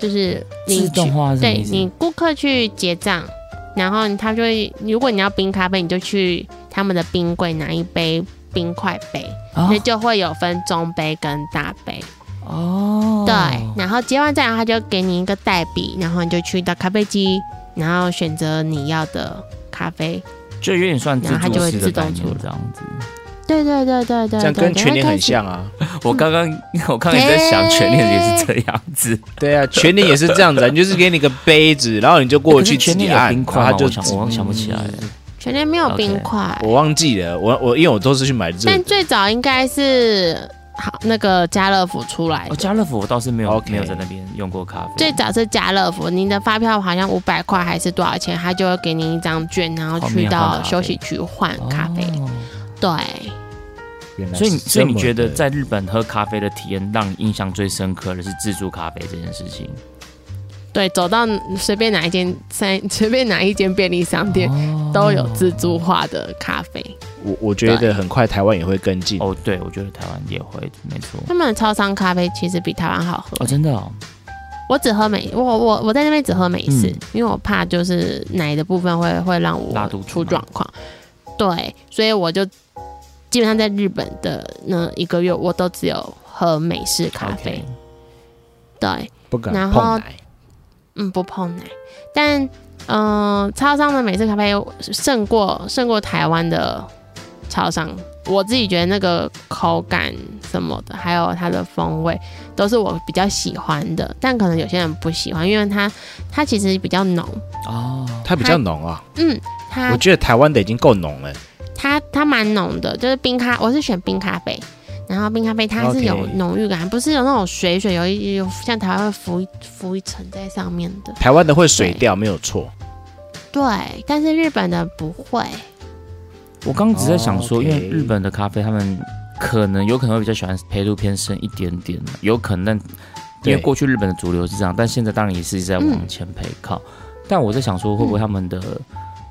[SPEAKER 3] 就是你
[SPEAKER 2] 自动
[SPEAKER 3] 去
[SPEAKER 2] 化是什么
[SPEAKER 3] 对
[SPEAKER 2] 意思？
[SPEAKER 3] 你顾客去结账，然后他就会，如果你要冰咖啡，你就去他们的冰柜拿一杯冰块杯，
[SPEAKER 2] 啊
[SPEAKER 3] 那就会有分中杯跟大杯。
[SPEAKER 2] 哦，
[SPEAKER 3] 对，然后结完账，他就给你一个代笔，然后你就去到咖啡机，然后选择你要的咖啡。
[SPEAKER 2] 就有点算自
[SPEAKER 3] 然后它就
[SPEAKER 2] 助
[SPEAKER 3] 会
[SPEAKER 2] 式的
[SPEAKER 3] 自动
[SPEAKER 2] 概念
[SPEAKER 3] 出来
[SPEAKER 2] 这样子。
[SPEAKER 3] 对对对对对，
[SPEAKER 1] 这样跟
[SPEAKER 3] 对
[SPEAKER 1] 全年很。
[SPEAKER 3] 对
[SPEAKER 1] 像啊，
[SPEAKER 2] 我刚刚 *laughs* 我刚刚也在想，
[SPEAKER 3] 哎
[SPEAKER 2] 全年也是这样子。
[SPEAKER 3] 嗯
[SPEAKER 1] 对
[SPEAKER 2] *laughs*
[SPEAKER 1] 啊，全年也是这样子啊，你就是给你个杯子，然后你就过
[SPEAKER 2] 可
[SPEAKER 1] 去
[SPEAKER 2] 是全
[SPEAKER 1] 自己
[SPEAKER 2] 年有
[SPEAKER 1] 按，
[SPEAKER 2] 冰
[SPEAKER 1] 然
[SPEAKER 2] 块
[SPEAKER 1] 后
[SPEAKER 2] 吗
[SPEAKER 1] 它？就
[SPEAKER 2] 我想
[SPEAKER 3] 嗯
[SPEAKER 2] 我想不起来了。
[SPEAKER 3] 全年没有冰块
[SPEAKER 2] 哦
[SPEAKER 1] 我忘记了，我我因为我都是去买热
[SPEAKER 3] 但
[SPEAKER 1] 的，
[SPEAKER 3] 最早应该是好那个家乐福出来
[SPEAKER 2] 哦，
[SPEAKER 3] 的。
[SPEAKER 2] 家乐福我倒是没有
[SPEAKER 1] OK
[SPEAKER 2] 没有在那边用过咖啡。
[SPEAKER 3] 哎最早是家乐福，您的发票好像五百块还是多少钱，他就会给您一张券，然后
[SPEAKER 2] 后
[SPEAKER 3] 去
[SPEAKER 2] 面换咖
[SPEAKER 3] 到
[SPEAKER 2] 啡
[SPEAKER 3] 休息区换
[SPEAKER 2] 哦
[SPEAKER 3] 咖啡。对，
[SPEAKER 1] 原来
[SPEAKER 2] 所以你
[SPEAKER 1] 是
[SPEAKER 2] 所以你
[SPEAKER 1] 这么
[SPEAKER 2] 觉得
[SPEAKER 1] 的
[SPEAKER 2] 在日本喝咖啡的体验让你印象最深刻的是自助咖啡这件事情？
[SPEAKER 3] 对，走到随便哪一间三 *laughs* 随便哪一间便利商
[SPEAKER 2] 哦
[SPEAKER 3] 店、都有自助化的咖啡。
[SPEAKER 1] 我我觉得
[SPEAKER 3] 对
[SPEAKER 1] 很快台湾也会跟进，
[SPEAKER 2] 哦，对，我觉得台湾也会，没错。
[SPEAKER 3] 他们的超商咖啡其实比台湾好喝。
[SPEAKER 2] 哦，真的哦，
[SPEAKER 3] 我只喝美，我我我在那边只喝美式，
[SPEAKER 2] 嗯
[SPEAKER 3] 因为我怕就是奶的部分会会让
[SPEAKER 2] 拉
[SPEAKER 3] 我
[SPEAKER 2] 肚子
[SPEAKER 3] 出
[SPEAKER 2] 吗
[SPEAKER 3] 状况。对，所以我就基本上在日本的那一个月，我都只有喝美式咖啡。
[SPEAKER 2] OK
[SPEAKER 3] 对，
[SPEAKER 1] 不敢
[SPEAKER 3] 然后
[SPEAKER 1] 碰奶。
[SPEAKER 3] 嗯，不碰奶，但嗯、呃超商的美式咖啡胜过胜过台湾的超商。我自己觉得那个口感什么的，还有它的风味，都是我比较喜欢的。但可能有些人不喜欢，因为它它其实比较浓，
[SPEAKER 2] 哦，
[SPEAKER 1] 它比较浓啊，
[SPEAKER 3] 嗯，
[SPEAKER 1] 我
[SPEAKER 3] 它
[SPEAKER 1] 觉得台湾的已经够浓了。
[SPEAKER 3] 它它蛮浓的，就是冰咖，我是选冰咖啡。然后冰咖啡它是
[SPEAKER 1] OK
[SPEAKER 3] 有浓郁感不是有那种水水，有一有像台湾浮一浮一层在上面的。
[SPEAKER 1] 台湾的会水掉没有错，
[SPEAKER 3] 对，但是日本的不会。
[SPEAKER 2] 我刚刚只是在想说，
[SPEAKER 1] 哦，OK
[SPEAKER 2] 因为日本的咖啡他们可能有可能会比较喜欢焙度偏深一点点，啊有可能，因
[SPEAKER 1] 对
[SPEAKER 2] 为过去日本的主流是这样，但现在当然也是在
[SPEAKER 3] 嗯
[SPEAKER 2] 往前焙靠。但我在想说，会不会他们的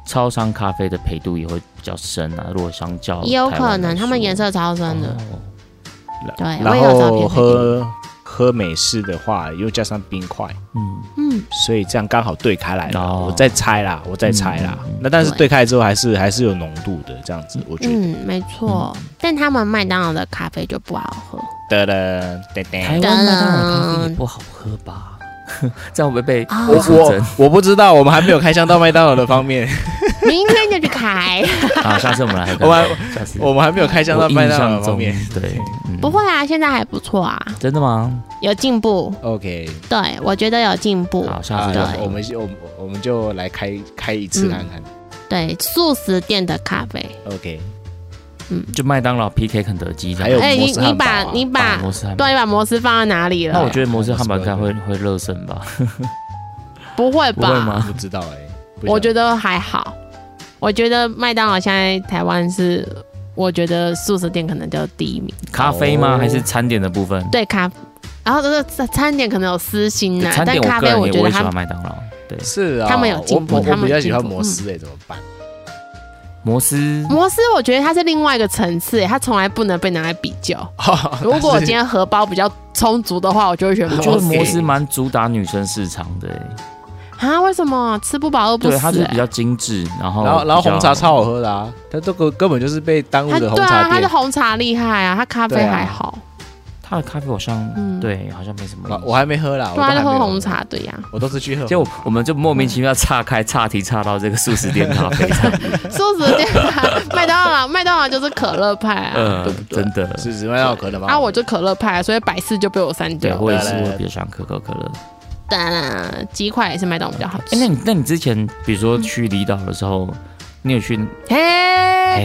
[SPEAKER 2] 超商咖啡的焙度也会比较深啊？如果相较
[SPEAKER 3] 也有可能，他们颜
[SPEAKER 2] 颜色
[SPEAKER 3] 色超深
[SPEAKER 2] 哦
[SPEAKER 3] 的。对，我
[SPEAKER 1] 然
[SPEAKER 3] 也有照片可
[SPEAKER 1] 后
[SPEAKER 3] 以给
[SPEAKER 1] 喝喝美式的话，又加上冰块，
[SPEAKER 2] 嗯，
[SPEAKER 3] 你，嗯，
[SPEAKER 1] 所以这样刚好对开来了。
[SPEAKER 2] 哦
[SPEAKER 1] 我再猜啦，我再猜啦。
[SPEAKER 2] 嗯嗯嗯
[SPEAKER 1] 那但是
[SPEAKER 3] 对
[SPEAKER 1] 对开之后还是还是有浓度的，这样子我觉得。
[SPEAKER 3] 嗯，没错。但他们麦当劳的咖啡就不好喝，
[SPEAKER 1] 噔噔噔
[SPEAKER 2] 台
[SPEAKER 1] 噔，
[SPEAKER 2] 湾麦当劳咖啡也不好喝吧？ *laughs* 这样会不会被
[SPEAKER 3] 啊
[SPEAKER 1] 我
[SPEAKER 2] 出征
[SPEAKER 1] 我我不知道，我们还没有开箱到麦当劳的方面，
[SPEAKER 3] 明天就去开。
[SPEAKER 2] *laughs* 啊？下次我们来喝
[SPEAKER 1] 我
[SPEAKER 2] 咖
[SPEAKER 1] 还
[SPEAKER 2] 啡，下次
[SPEAKER 1] 我们还没有开箱到
[SPEAKER 2] 我
[SPEAKER 1] 麦
[SPEAKER 2] 印
[SPEAKER 1] 当劳
[SPEAKER 2] 象
[SPEAKER 1] 的
[SPEAKER 2] 中
[SPEAKER 1] 方面。
[SPEAKER 2] *laughs* 对，嗯
[SPEAKER 3] 不会啊，现在还不错啊，
[SPEAKER 2] 真的吗？
[SPEAKER 3] 有进步。
[SPEAKER 1] OK，
[SPEAKER 3] 对，我觉得有进步。
[SPEAKER 2] 好，下
[SPEAKER 1] 啊
[SPEAKER 2] 次再说
[SPEAKER 1] 我们我们我们就来开开一
[SPEAKER 3] 嗯
[SPEAKER 1] 次看看。
[SPEAKER 3] 对，素食店的咖啡，
[SPEAKER 1] OK，
[SPEAKER 2] 就麦当劳 PK 肯德基这
[SPEAKER 1] 还
[SPEAKER 2] 样，
[SPEAKER 1] 有
[SPEAKER 3] 哎、
[SPEAKER 1] 摩
[SPEAKER 3] 你
[SPEAKER 1] 斯
[SPEAKER 3] 你
[SPEAKER 1] 汉堡
[SPEAKER 3] 把
[SPEAKER 1] 啊
[SPEAKER 3] 你把
[SPEAKER 2] 啊摩斯汉堡
[SPEAKER 3] 对，你把摩斯放在哪里了？
[SPEAKER 2] 那我觉得摩斯汉堡应该
[SPEAKER 1] 摩
[SPEAKER 2] 会会热身吧？
[SPEAKER 3] 不会
[SPEAKER 2] 不会
[SPEAKER 3] 吧？
[SPEAKER 2] 吗？
[SPEAKER 1] 不知道哎，不
[SPEAKER 3] 我
[SPEAKER 1] 晓
[SPEAKER 3] 觉得还好。我觉得麦当劳现在台湾是，我觉得素食店可能就第一名。
[SPEAKER 2] 咖啡
[SPEAKER 1] 哦
[SPEAKER 2] 吗？还是餐点的部分？
[SPEAKER 3] 对咖，然后这个餐餐点可能有私心呐、
[SPEAKER 2] 餐
[SPEAKER 3] 但
[SPEAKER 2] 点
[SPEAKER 3] 咖
[SPEAKER 2] 我个
[SPEAKER 3] 啡
[SPEAKER 2] 人
[SPEAKER 3] 我
[SPEAKER 2] 也
[SPEAKER 3] 觉
[SPEAKER 2] 我
[SPEAKER 3] 得
[SPEAKER 2] 也喜
[SPEAKER 3] 它
[SPEAKER 2] 欢麦当劳。对，
[SPEAKER 1] 是啊，
[SPEAKER 3] 他们有进步嗯
[SPEAKER 1] 我我
[SPEAKER 3] 他
[SPEAKER 1] 我
[SPEAKER 3] 们
[SPEAKER 1] 比较
[SPEAKER 3] 有
[SPEAKER 1] 喜欢欸
[SPEAKER 3] 进步
[SPEAKER 1] 摩斯哎，怎么办？
[SPEAKER 2] 摩斯，
[SPEAKER 3] 摩斯，我觉得它是另外一个层次，它从来不能被拿来比较。
[SPEAKER 2] 哦
[SPEAKER 1] *laughs*
[SPEAKER 3] 如果我今天荷包比较充足的话，我就会
[SPEAKER 2] *laughs*
[SPEAKER 3] 选
[SPEAKER 2] 我
[SPEAKER 3] 摩
[SPEAKER 2] 觉得
[SPEAKER 3] 斯
[SPEAKER 2] 摩斯蛮主打女生市场的、欸，
[SPEAKER 3] 啊？为什么吃不饱饿不
[SPEAKER 2] 对，
[SPEAKER 3] 死、
[SPEAKER 2] 它就是比
[SPEAKER 3] 欸？
[SPEAKER 2] 较精致，然后
[SPEAKER 1] 然后然后
[SPEAKER 2] 比较
[SPEAKER 1] 红茶超好喝的啊，它这个根本就是被耽误
[SPEAKER 3] 它
[SPEAKER 1] 的红
[SPEAKER 3] 对啊，
[SPEAKER 1] 茶
[SPEAKER 3] 它
[SPEAKER 1] 店
[SPEAKER 3] 的。红茶厉害啊，它咖啡
[SPEAKER 1] 对啊
[SPEAKER 3] 还好。
[SPEAKER 2] 它的咖啡好像、
[SPEAKER 3] 嗯
[SPEAKER 2] 对，好像没什么
[SPEAKER 1] 我。我还没喝
[SPEAKER 2] 哦
[SPEAKER 1] 啦，我
[SPEAKER 3] 对
[SPEAKER 1] 都
[SPEAKER 3] 啊，
[SPEAKER 1] 还
[SPEAKER 3] 就
[SPEAKER 1] 没
[SPEAKER 3] 喝红，茶，对呀、
[SPEAKER 1] 我都是去喝。
[SPEAKER 2] 就我们就莫名其妙岔开岔题，岔到这个素食店咖
[SPEAKER 1] *laughs*
[SPEAKER 2] 啡上。
[SPEAKER 3] 素食店啊，麦当劳，麦当劳就是可乐派啊，
[SPEAKER 2] 嗯
[SPEAKER 3] 对不，对
[SPEAKER 2] 真？的，
[SPEAKER 1] 是只卖到可乐吗？
[SPEAKER 3] 啊，我就可乐派、所以百事就被我删
[SPEAKER 2] 对
[SPEAKER 3] 掉。
[SPEAKER 2] 我也是，
[SPEAKER 1] 来来
[SPEAKER 2] 我
[SPEAKER 1] 来
[SPEAKER 2] 比较喜欢可口可乐。
[SPEAKER 3] 当然，鸡块也是麦当劳比较好
[SPEAKER 2] 哎、
[SPEAKER 3] 吃。
[SPEAKER 2] 那你那你之前比如说去离岛的时候，你有去哎、
[SPEAKER 3] 嘿，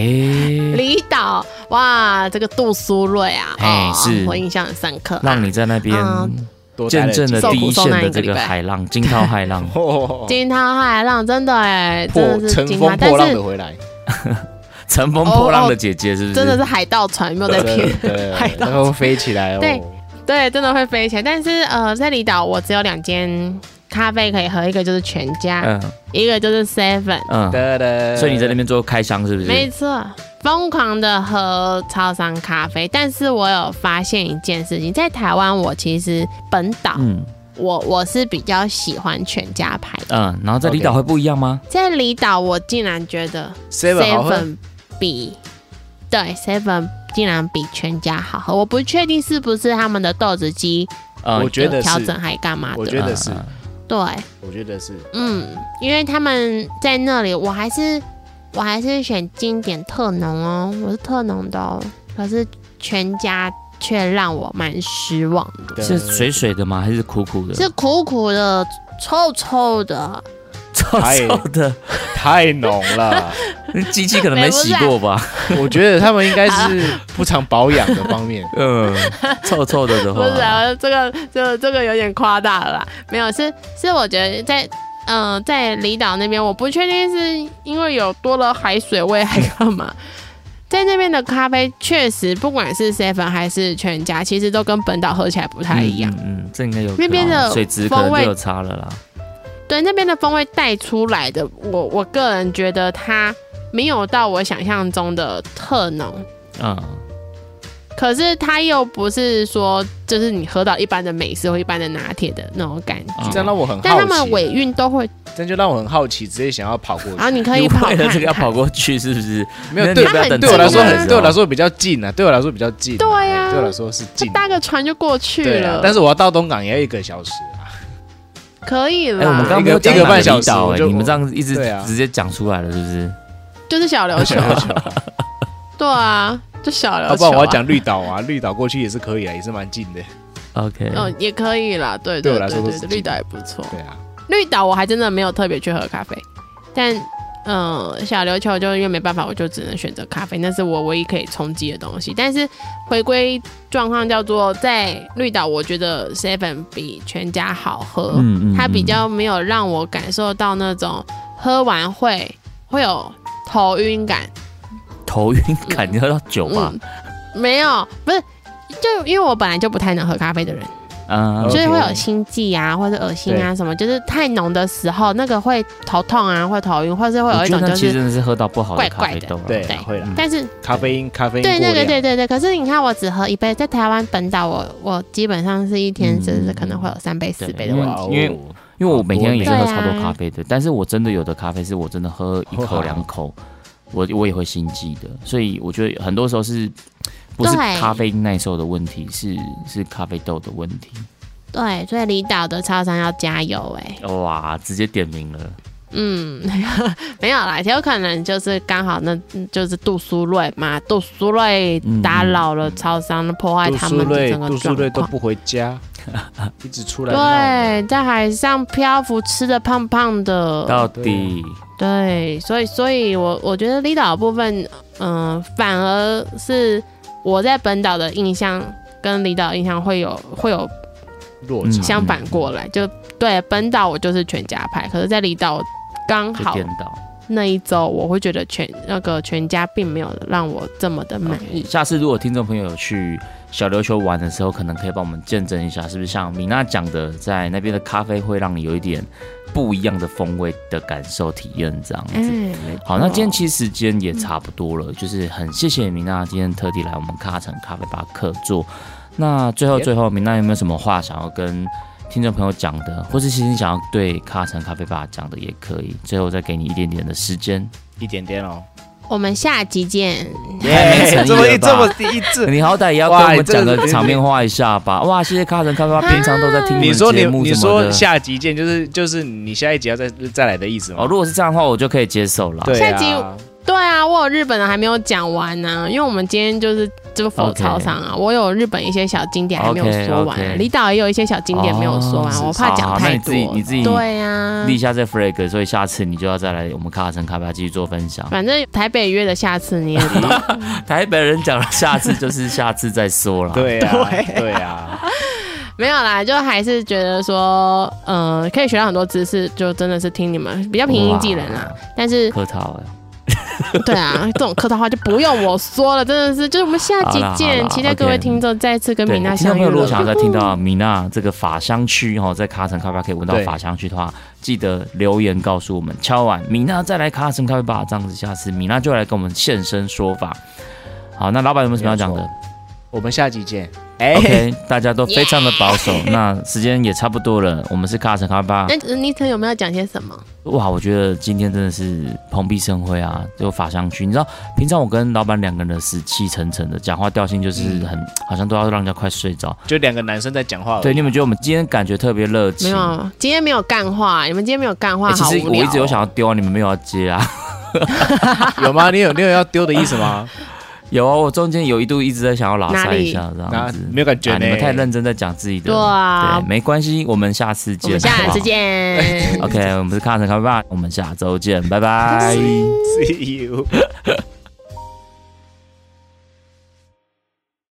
[SPEAKER 3] 离岛哇，这个杜苏芮啊，
[SPEAKER 2] 哎
[SPEAKER 3] 哦
[SPEAKER 2] 是
[SPEAKER 3] 我印象很深刻啊。
[SPEAKER 2] 让你在那边
[SPEAKER 3] 嗯
[SPEAKER 1] 多待
[SPEAKER 2] 见证
[SPEAKER 1] 几，
[SPEAKER 2] 了
[SPEAKER 3] *laughs* 受
[SPEAKER 2] 第
[SPEAKER 3] 苦
[SPEAKER 2] 一
[SPEAKER 3] 受
[SPEAKER 2] 线
[SPEAKER 3] 难
[SPEAKER 2] 的
[SPEAKER 3] 一个
[SPEAKER 2] 这
[SPEAKER 3] 礼
[SPEAKER 2] 个
[SPEAKER 3] 拜
[SPEAKER 2] 海浪，惊涛骇
[SPEAKER 3] *laughs*
[SPEAKER 2] 浪
[SPEAKER 1] *laughs* 哦
[SPEAKER 3] 惊涛骇浪，真的哎，
[SPEAKER 1] 破
[SPEAKER 3] 真的是
[SPEAKER 1] 乘
[SPEAKER 3] 惊
[SPEAKER 1] 风
[SPEAKER 3] 涛，但
[SPEAKER 1] 破浪的
[SPEAKER 3] 是
[SPEAKER 1] 回
[SPEAKER 3] *laughs*
[SPEAKER 1] 来，
[SPEAKER 2] 乘风破浪的姐姐是不是？
[SPEAKER 3] 哦真的是海盗船，没有在
[SPEAKER 1] 对
[SPEAKER 3] 骗 *laughs*
[SPEAKER 1] 对对，
[SPEAKER 3] 海
[SPEAKER 1] 然
[SPEAKER 3] 盗
[SPEAKER 1] 后
[SPEAKER 3] 船。
[SPEAKER 1] 飞起来哦。
[SPEAKER 3] 对对，真的会飞起来。但是呃，在离岛我只有两间咖啡可以喝，一个就是全家，
[SPEAKER 2] 嗯
[SPEAKER 3] 一个就是 Seven。
[SPEAKER 2] 嗯，
[SPEAKER 1] 哒哒
[SPEAKER 2] 所以你在那边做开箱是不
[SPEAKER 3] 没
[SPEAKER 2] 是？
[SPEAKER 3] 错，疯狂的喝超商咖啡。但是我有发现一件事情，在台湾我其实本岛、
[SPEAKER 2] 嗯
[SPEAKER 3] 我我是比较喜欢全家牌的，
[SPEAKER 2] 嗯，然后在离岛会不一样吗？
[SPEAKER 3] 在离岛我竟然觉得
[SPEAKER 1] seven 好喝，
[SPEAKER 3] 比对 Seven 竟然比全家好喝。我不确定是不是他们的豆子机
[SPEAKER 2] 嗯
[SPEAKER 1] 我，觉得
[SPEAKER 3] 有
[SPEAKER 1] 是
[SPEAKER 3] 调整还干嘛
[SPEAKER 1] 我
[SPEAKER 3] 的
[SPEAKER 1] 觉，得是，
[SPEAKER 2] 嗯
[SPEAKER 3] 对。
[SPEAKER 1] 我觉得是，
[SPEAKER 3] 嗯，因为他们在那里，我还是我还是选经典特浓哦，我是特浓的哦。可是全家却让我蛮失望的，
[SPEAKER 1] 对 *laughs*
[SPEAKER 2] 是水水的吗？还是苦苦的？
[SPEAKER 3] 是苦苦的、臭臭的，
[SPEAKER 2] 臭
[SPEAKER 1] 哎
[SPEAKER 2] 臭
[SPEAKER 1] *laughs*
[SPEAKER 2] 的，
[SPEAKER 1] 太浓了。
[SPEAKER 2] 机器可能没
[SPEAKER 3] 啊
[SPEAKER 2] 洗过吧？
[SPEAKER 1] *laughs* 我觉得他们应该
[SPEAKER 3] *laughs*
[SPEAKER 1] 是不常保养的方
[SPEAKER 2] *laughs*
[SPEAKER 1] 面。
[SPEAKER 2] 嗯，臭臭的
[SPEAKER 1] 哦
[SPEAKER 2] 的
[SPEAKER 3] 不
[SPEAKER 2] 话，
[SPEAKER 3] 是、啊、这个这个这个有点夸大了啦，没有是是我觉得在。嗯、在离岛那边，我不确定是因为有多了海水味还干嘛， *laughs* 在那边的咖啡确实，不管是 seven 还是全家，其实都跟本岛喝起来不太一样。
[SPEAKER 2] 嗯。嗯，嗯这应该有可能
[SPEAKER 3] 那边的
[SPEAKER 2] 水质可能
[SPEAKER 3] 风
[SPEAKER 2] 就
[SPEAKER 3] 味
[SPEAKER 2] 有差了啦。
[SPEAKER 1] 嗯
[SPEAKER 3] 对那边的风味带出来的，我我个人觉得它没有到我想象中的特浓，
[SPEAKER 2] 嗯，
[SPEAKER 3] 可是它又不是说就是你喝到一般的美式或一般的拿铁的那种感觉。
[SPEAKER 2] 嗯
[SPEAKER 1] 这样让我哦很好奇，啊
[SPEAKER 3] 但他们尾啊韵都会，
[SPEAKER 1] 这样就让我很好奇，直接想要跑过去
[SPEAKER 3] 然。后你可
[SPEAKER 2] 你
[SPEAKER 3] 以跑
[SPEAKER 2] 为
[SPEAKER 3] 看
[SPEAKER 2] 了这个要
[SPEAKER 3] 看。
[SPEAKER 2] 跑过去，是不是？
[SPEAKER 1] 没有
[SPEAKER 2] 那
[SPEAKER 1] 对
[SPEAKER 2] 你不要等
[SPEAKER 1] 对我来说
[SPEAKER 3] 很
[SPEAKER 1] 很，对我来
[SPEAKER 2] 说，
[SPEAKER 1] 说比较近啊，对我来说比较近啊。
[SPEAKER 3] 对啊
[SPEAKER 1] 对我来说是
[SPEAKER 3] 就
[SPEAKER 1] 近啊。
[SPEAKER 3] 搭个船就过去
[SPEAKER 1] 对啊
[SPEAKER 3] 了，，
[SPEAKER 1] 但
[SPEAKER 3] 是
[SPEAKER 1] 是我要到东港也要一个小时啊。
[SPEAKER 3] *laughs* 可以
[SPEAKER 2] 哎、
[SPEAKER 3] 啦。
[SPEAKER 2] 我们刚刚没有讲
[SPEAKER 1] 一个
[SPEAKER 2] 哪
[SPEAKER 1] 半小
[SPEAKER 2] 离岛
[SPEAKER 1] 时
[SPEAKER 2] 哎、
[SPEAKER 1] 就
[SPEAKER 2] 你们这样一直
[SPEAKER 1] 对啊
[SPEAKER 2] 直接讲出来了，是不是？
[SPEAKER 3] 就是小琉
[SPEAKER 1] *laughs*
[SPEAKER 3] 球，
[SPEAKER 1] 小琉球
[SPEAKER 3] *laughs* 对啊，就小琉球、
[SPEAKER 1] 要
[SPEAKER 3] 啊。
[SPEAKER 1] 不然我要讲绿岛啊，绿岛过去也是可以啊，也是蛮近的。
[SPEAKER 2] OK，、
[SPEAKER 3] 嗯，也可以啦，对
[SPEAKER 1] 对我来
[SPEAKER 3] 对
[SPEAKER 1] 说都
[SPEAKER 3] 对
[SPEAKER 1] 是
[SPEAKER 3] 对，
[SPEAKER 1] 近
[SPEAKER 3] 绿岛也不错。
[SPEAKER 1] 对啊，
[SPEAKER 3] 绿岛我还真的没有特别去喝咖啡，但嗯、呃小琉球就因为没办法，我就只能选择咖啡，那是我唯一可以冲击的东西。但是回归状况叫做在绿岛，我觉得 Seven 比全家好喝，
[SPEAKER 2] 嗯
[SPEAKER 3] 它比较没有让我感受到那种喝完会会有头晕感，
[SPEAKER 2] 头晕感，你喝到酒吧
[SPEAKER 3] 嗯，，没有，不是。就因为我本来就不太能喝咖啡的人，
[SPEAKER 2] 嗯，
[SPEAKER 3] 所以会有
[SPEAKER 1] OK
[SPEAKER 3] 心悸啊，或者恶心啊什么，就是太浓的时候，那个会头痛啊，会头晕，或是会有
[SPEAKER 2] 我
[SPEAKER 3] 一
[SPEAKER 2] 觉
[SPEAKER 3] 种
[SPEAKER 2] 得那
[SPEAKER 3] 就
[SPEAKER 2] 其实
[SPEAKER 3] 是，
[SPEAKER 2] 真的是喝到不好的
[SPEAKER 3] 怪
[SPEAKER 2] 咖啡
[SPEAKER 3] 怪的
[SPEAKER 2] 豆了。
[SPEAKER 1] 对
[SPEAKER 3] 对
[SPEAKER 1] 啊，会
[SPEAKER 2] 嗯
[SPEAKER 1] 啦。
[SPEAKER 3] 但是
[SPEAKER 1] 咖啡因，咖啡因
[SPEAKER 3] 对那个
[SPEAKER 1] 过量。
[SPEAKER 3] 对对对，可是你看我只喝一杯，在台湾本岛我我基本上是一天
[SPEAKER 2] 嗯
[SPEAKER 3] 就是可能会有三杯四
[SPEAKER 2] 对
[SPEAKER 3] 杯的
[SPEAKER 2] 因为
[SPEAKER 3] 问
[SPEAKER 1] 哇
[SPEAKER 3] 题，
[SPEAKER 1] 哦
[SPEAKER 2] 因为因为我每天也是喝
[SPEAKER 3] 对啊
[SPEAKER 2] 超多咖啡的，但是我真的有的咖啡是我真的喝一口两口，我我也会心悸的，所以我觉得很多时候是不是
[SPEAKER 3] 对
[SPEAKER 2] 咖啡因耐受的问题，是是咖啡豆的问题。
[SPEAKER 3] 对，所以离岛的超商要加油哎、
[SPEAKER 2] 哇，直接点名了，
[SPEAKER 3] 嗯，没有啦，有可能就是刚好那就是杜苏芮嘛，杜苏芮打扰了超商，破坏
[SPEAKER 1] 杜
[SPEAKER 3] 他
[SPEAKER 1] 苏
[SPEAKER 3] 们的
[SPEAKER 1] 芮
[SPEAKER 3] 整，个
[SPEAKER 1] 杜苏芮
[SPEAKER 3] 状
[SPEAKER 1] 都
[SPEAKER 3] 况。
[SPEAKER 1] 不回
[SPEAKER 3] *laughs*
[SPEAKER 1] 家，一直出来闹。
[SPEAKER 3] 对，在海上漂浮，吃的胖胖的，
[SPEAKER 2] 到底
[SPEAKER 3] 对，所以所以我我觉得离岛的部分，嗯、反而是我在本岛的印象跟离岛的印象会有会有
[SPEAKER 1] 落差
[SPEAKER 2] 嗯
[SPEAKER 3] 相反过来，就对本岛我就是全家派，可是在离岛刚
[SPEAKER 2] 就
[SPEAKER 3] 好
[SPEAKER 2] 颠倒。
[SPEAKER 3] 那一周，我会觉得全那个全家并没有让我这么的满意。
[SPEAKER 2] 下次如果听众朋友有去小琉球玩的时候，可能可以帮我们见证一下，是不是像米娜讲的，在那边的咖啡会让你有一点不一样的风味的感受体验这样子。
[SPEAKER 3] 哎，
[SPEAKER 2] 好，那今天其实时间也差不多
[SPEAKER 1] 嗯
[SPEAKER 2] 了，就是很谢谢米娜今天特地来我们咖城咖啡吧客座。那最后
[SPEAKER 1] Yep
[SPEAKER 2] 最后，米娜有没有什么话想要跟听众朋友讲的，或是其实你想要对咖城咖啡吧讲的也可以。最后再给你一点点的
[SPEAKER 1] *laughs*
[SPEAKER 2] 时间，
[SPEAKER 1] 一点点哦，
[SPEAKER 3] 我们下集见。
[SPEAKER 2] 太没诚意
[SPEAKER 1] 这么
[SPEAKER 2] 了
[SPEAKER 1] 一
[SPEAKER 2] 吧
[SPEAKER 1] 这么第一次，
[SPEAKER 2] *laughs* 你好歹也要跟我
[SPEAKER 1] 哇
[SPEAKER 2] 们
[SPEAKER 1] 这个
[SPEAKER 2] 讲个
[SPEAKER 1] 是
[SPEAKER 2] 场面话一下吧。哇，谢谢咖城咖啡吧，平常都在听
[SPEAKER 1] 你
[SPEAKER 2] 们
[SPEAKER 1] 说你
[SPEAKER 2] 节目
[SPEAKER 1] 你
[SPEAKER 2] 什么
[SPEAKER 1] 说
[SPEAKER 2] 的。
[SPEAKER 1] 下集见，就是就是你下一集要再再来的意思吗？
[SPEAKER 2] 哦，如果是这样的话，我就可以接受了。哦
[SPEAKER 1] 对
[SPEAKER 3] 哦下
[SPEAKER 1] 啊
[SPEAKER 3] 集，对啊，我有日本的还没有讲完呢、因为我们今天就是这个佛
[SPEAKER 2] OK
[SPEAKER 3] 操上啊我有日本一些小经典还没有
[SPEAKER 2] OK，OK
[SPEAKER 3] 说完、啊，离岛也有一些小经典没有说完，
[SPEAKER 2] 哦
[SPEAKER 3] 我怕
[SPEAKER 2] 好
[SPEAKER 3] 讲
[SPEAKER 2] 那
[SPEAKER 3] 太
[SPEAKER 2] 你自己
[SPEAKER 3] 多。
[SPEAKER 2] 你自己
[SPEAKER 3] 对啊，
[SPEAKER 2] 立下这 flag，所以下次你就要再来我们咖城咖啡吧继续做分享。
[SPEAKER 3] 反正台北约的下次你也
[SPEAKER 2] *laughs*
[SPEAKER 3] 懂。
[SPEAKER 2] 台北人讲了，下次就是下次再说了。，
[SPEAKER 1] 对
[SPEAKER 3] *laughs*
[SPEAKER 1] 啊，对啊，
[SPEAKER 3] 没有啦，就还是觉得说，嗯、可以学到很多知识，就真的是听你们比较平易近人啊啦。但是，
[SPEAKER 2] 客套啊了。
[SPEAKER 3] 对啊，这种客套话就不用我说了，真的是，就是我们下
[SPEAKER 2] 好
[SPEAKER 3] 集
[SPEAKER 2] 啦好
[SPEAKER 3] 见
[SPEAKER 2] 啦，
[SPEAKER 3] 期待各
[SPEAKER 2] OK
[SPEAKER 3] 位听众再次跟
[SPEAKER 2] 对，
[SPEAKER 3] 米娜
[SPEAKER 2] 听众
[SPEAKER 3] 相
[SPEAKER 2] 朋
[SPEAKER 3] 遇
[SPEAKER 2] 友如果想
[SPEAKER 3] 了。
[SPEAKER 2] 要再听到米娜这个法香区哦，在卡城咖啡吧可以闻到
[SPEAKER 1] 对
[SPEAKER 2] 法香区的话，记得留言告诉我们。敲完米娜再来卡城咖啡吧，这样子下次米娜就来跟我们现身说法。好，那老板有没有什么要讲
[SPEAKER 1] 没
[SPEAKER 2] 的
[SPEAKER 1] 有我们下集见。哎、
[SPEAKER 2] ？OK，大家都非常的保
[SPEAKER 3] *laughs*
[SPEAKER 2] 守，那时间也差不多了，我们是卡城咖啡吧。
[SPEAKER 3] *laughs* 那妮特有没有讲些什么？
[SPEAKER 2] 哇，我觉得今天真的是蓬荜生辉啊！就法香区，你知道，平常我跟老板两个人的死气沉沉的，讲话调性
[SPEAKER 3] 嗯
[SPEAKER 2] 就是很，好像都要让人家快睡着。
[SPEAKER 1] 就两个男生在讲话而已。
[SPEAKER 2] *laughs* 对，你们觉得我们今天感觉特别热情？
[SPEAKER 3] 没有，今天没有干话，你们今天没有干话，
[SPEAKER 2] 欸其
[SPEAKER 3] 好
[SPEAKER 2] 实
[SPEAKER 3] 无
[SPEAKER 2] 我
[SPEAKER 3] 聊。
[SPEAKER 2] 一直有想要丢啊，你们没有要接啊。
[SPEAKER 3] *laughs*
[SPEAKER 1] 有吗？你有你有要丢的意思
[SPEAKER 2] *laughs*
[SPEAKER 1] 吗？
[SPEAKER 2] 有啊，我中间有一度一直在想要拉塞一下这样
[SPEAKER 1] 那
[SPEAKER 2] 子。
[SPEAKER 1] 没有感觉
[SPEAKER 2] 啊，
[SPEAKER 1] 呢、
[SPEAKER 2] 你们太
[SPEAKER 1] *laughs*
[SPEAKER 2] 认真在讲自己的。
[SPEAKER 3] 对啊
[SPEAKER 2] 对没关系，我们下次
[SPEAKER 3] 我
[SPEAKER 2] 见。
[SPEAKER 3] 们下次
[SPEAKER 2] 好
[SPEAKER 3] 见
[SPEAKER 2] 不。好。OK，我们是卡城咖啡吧，我们下周见，拜拜。
[SPEAKER 1] See you。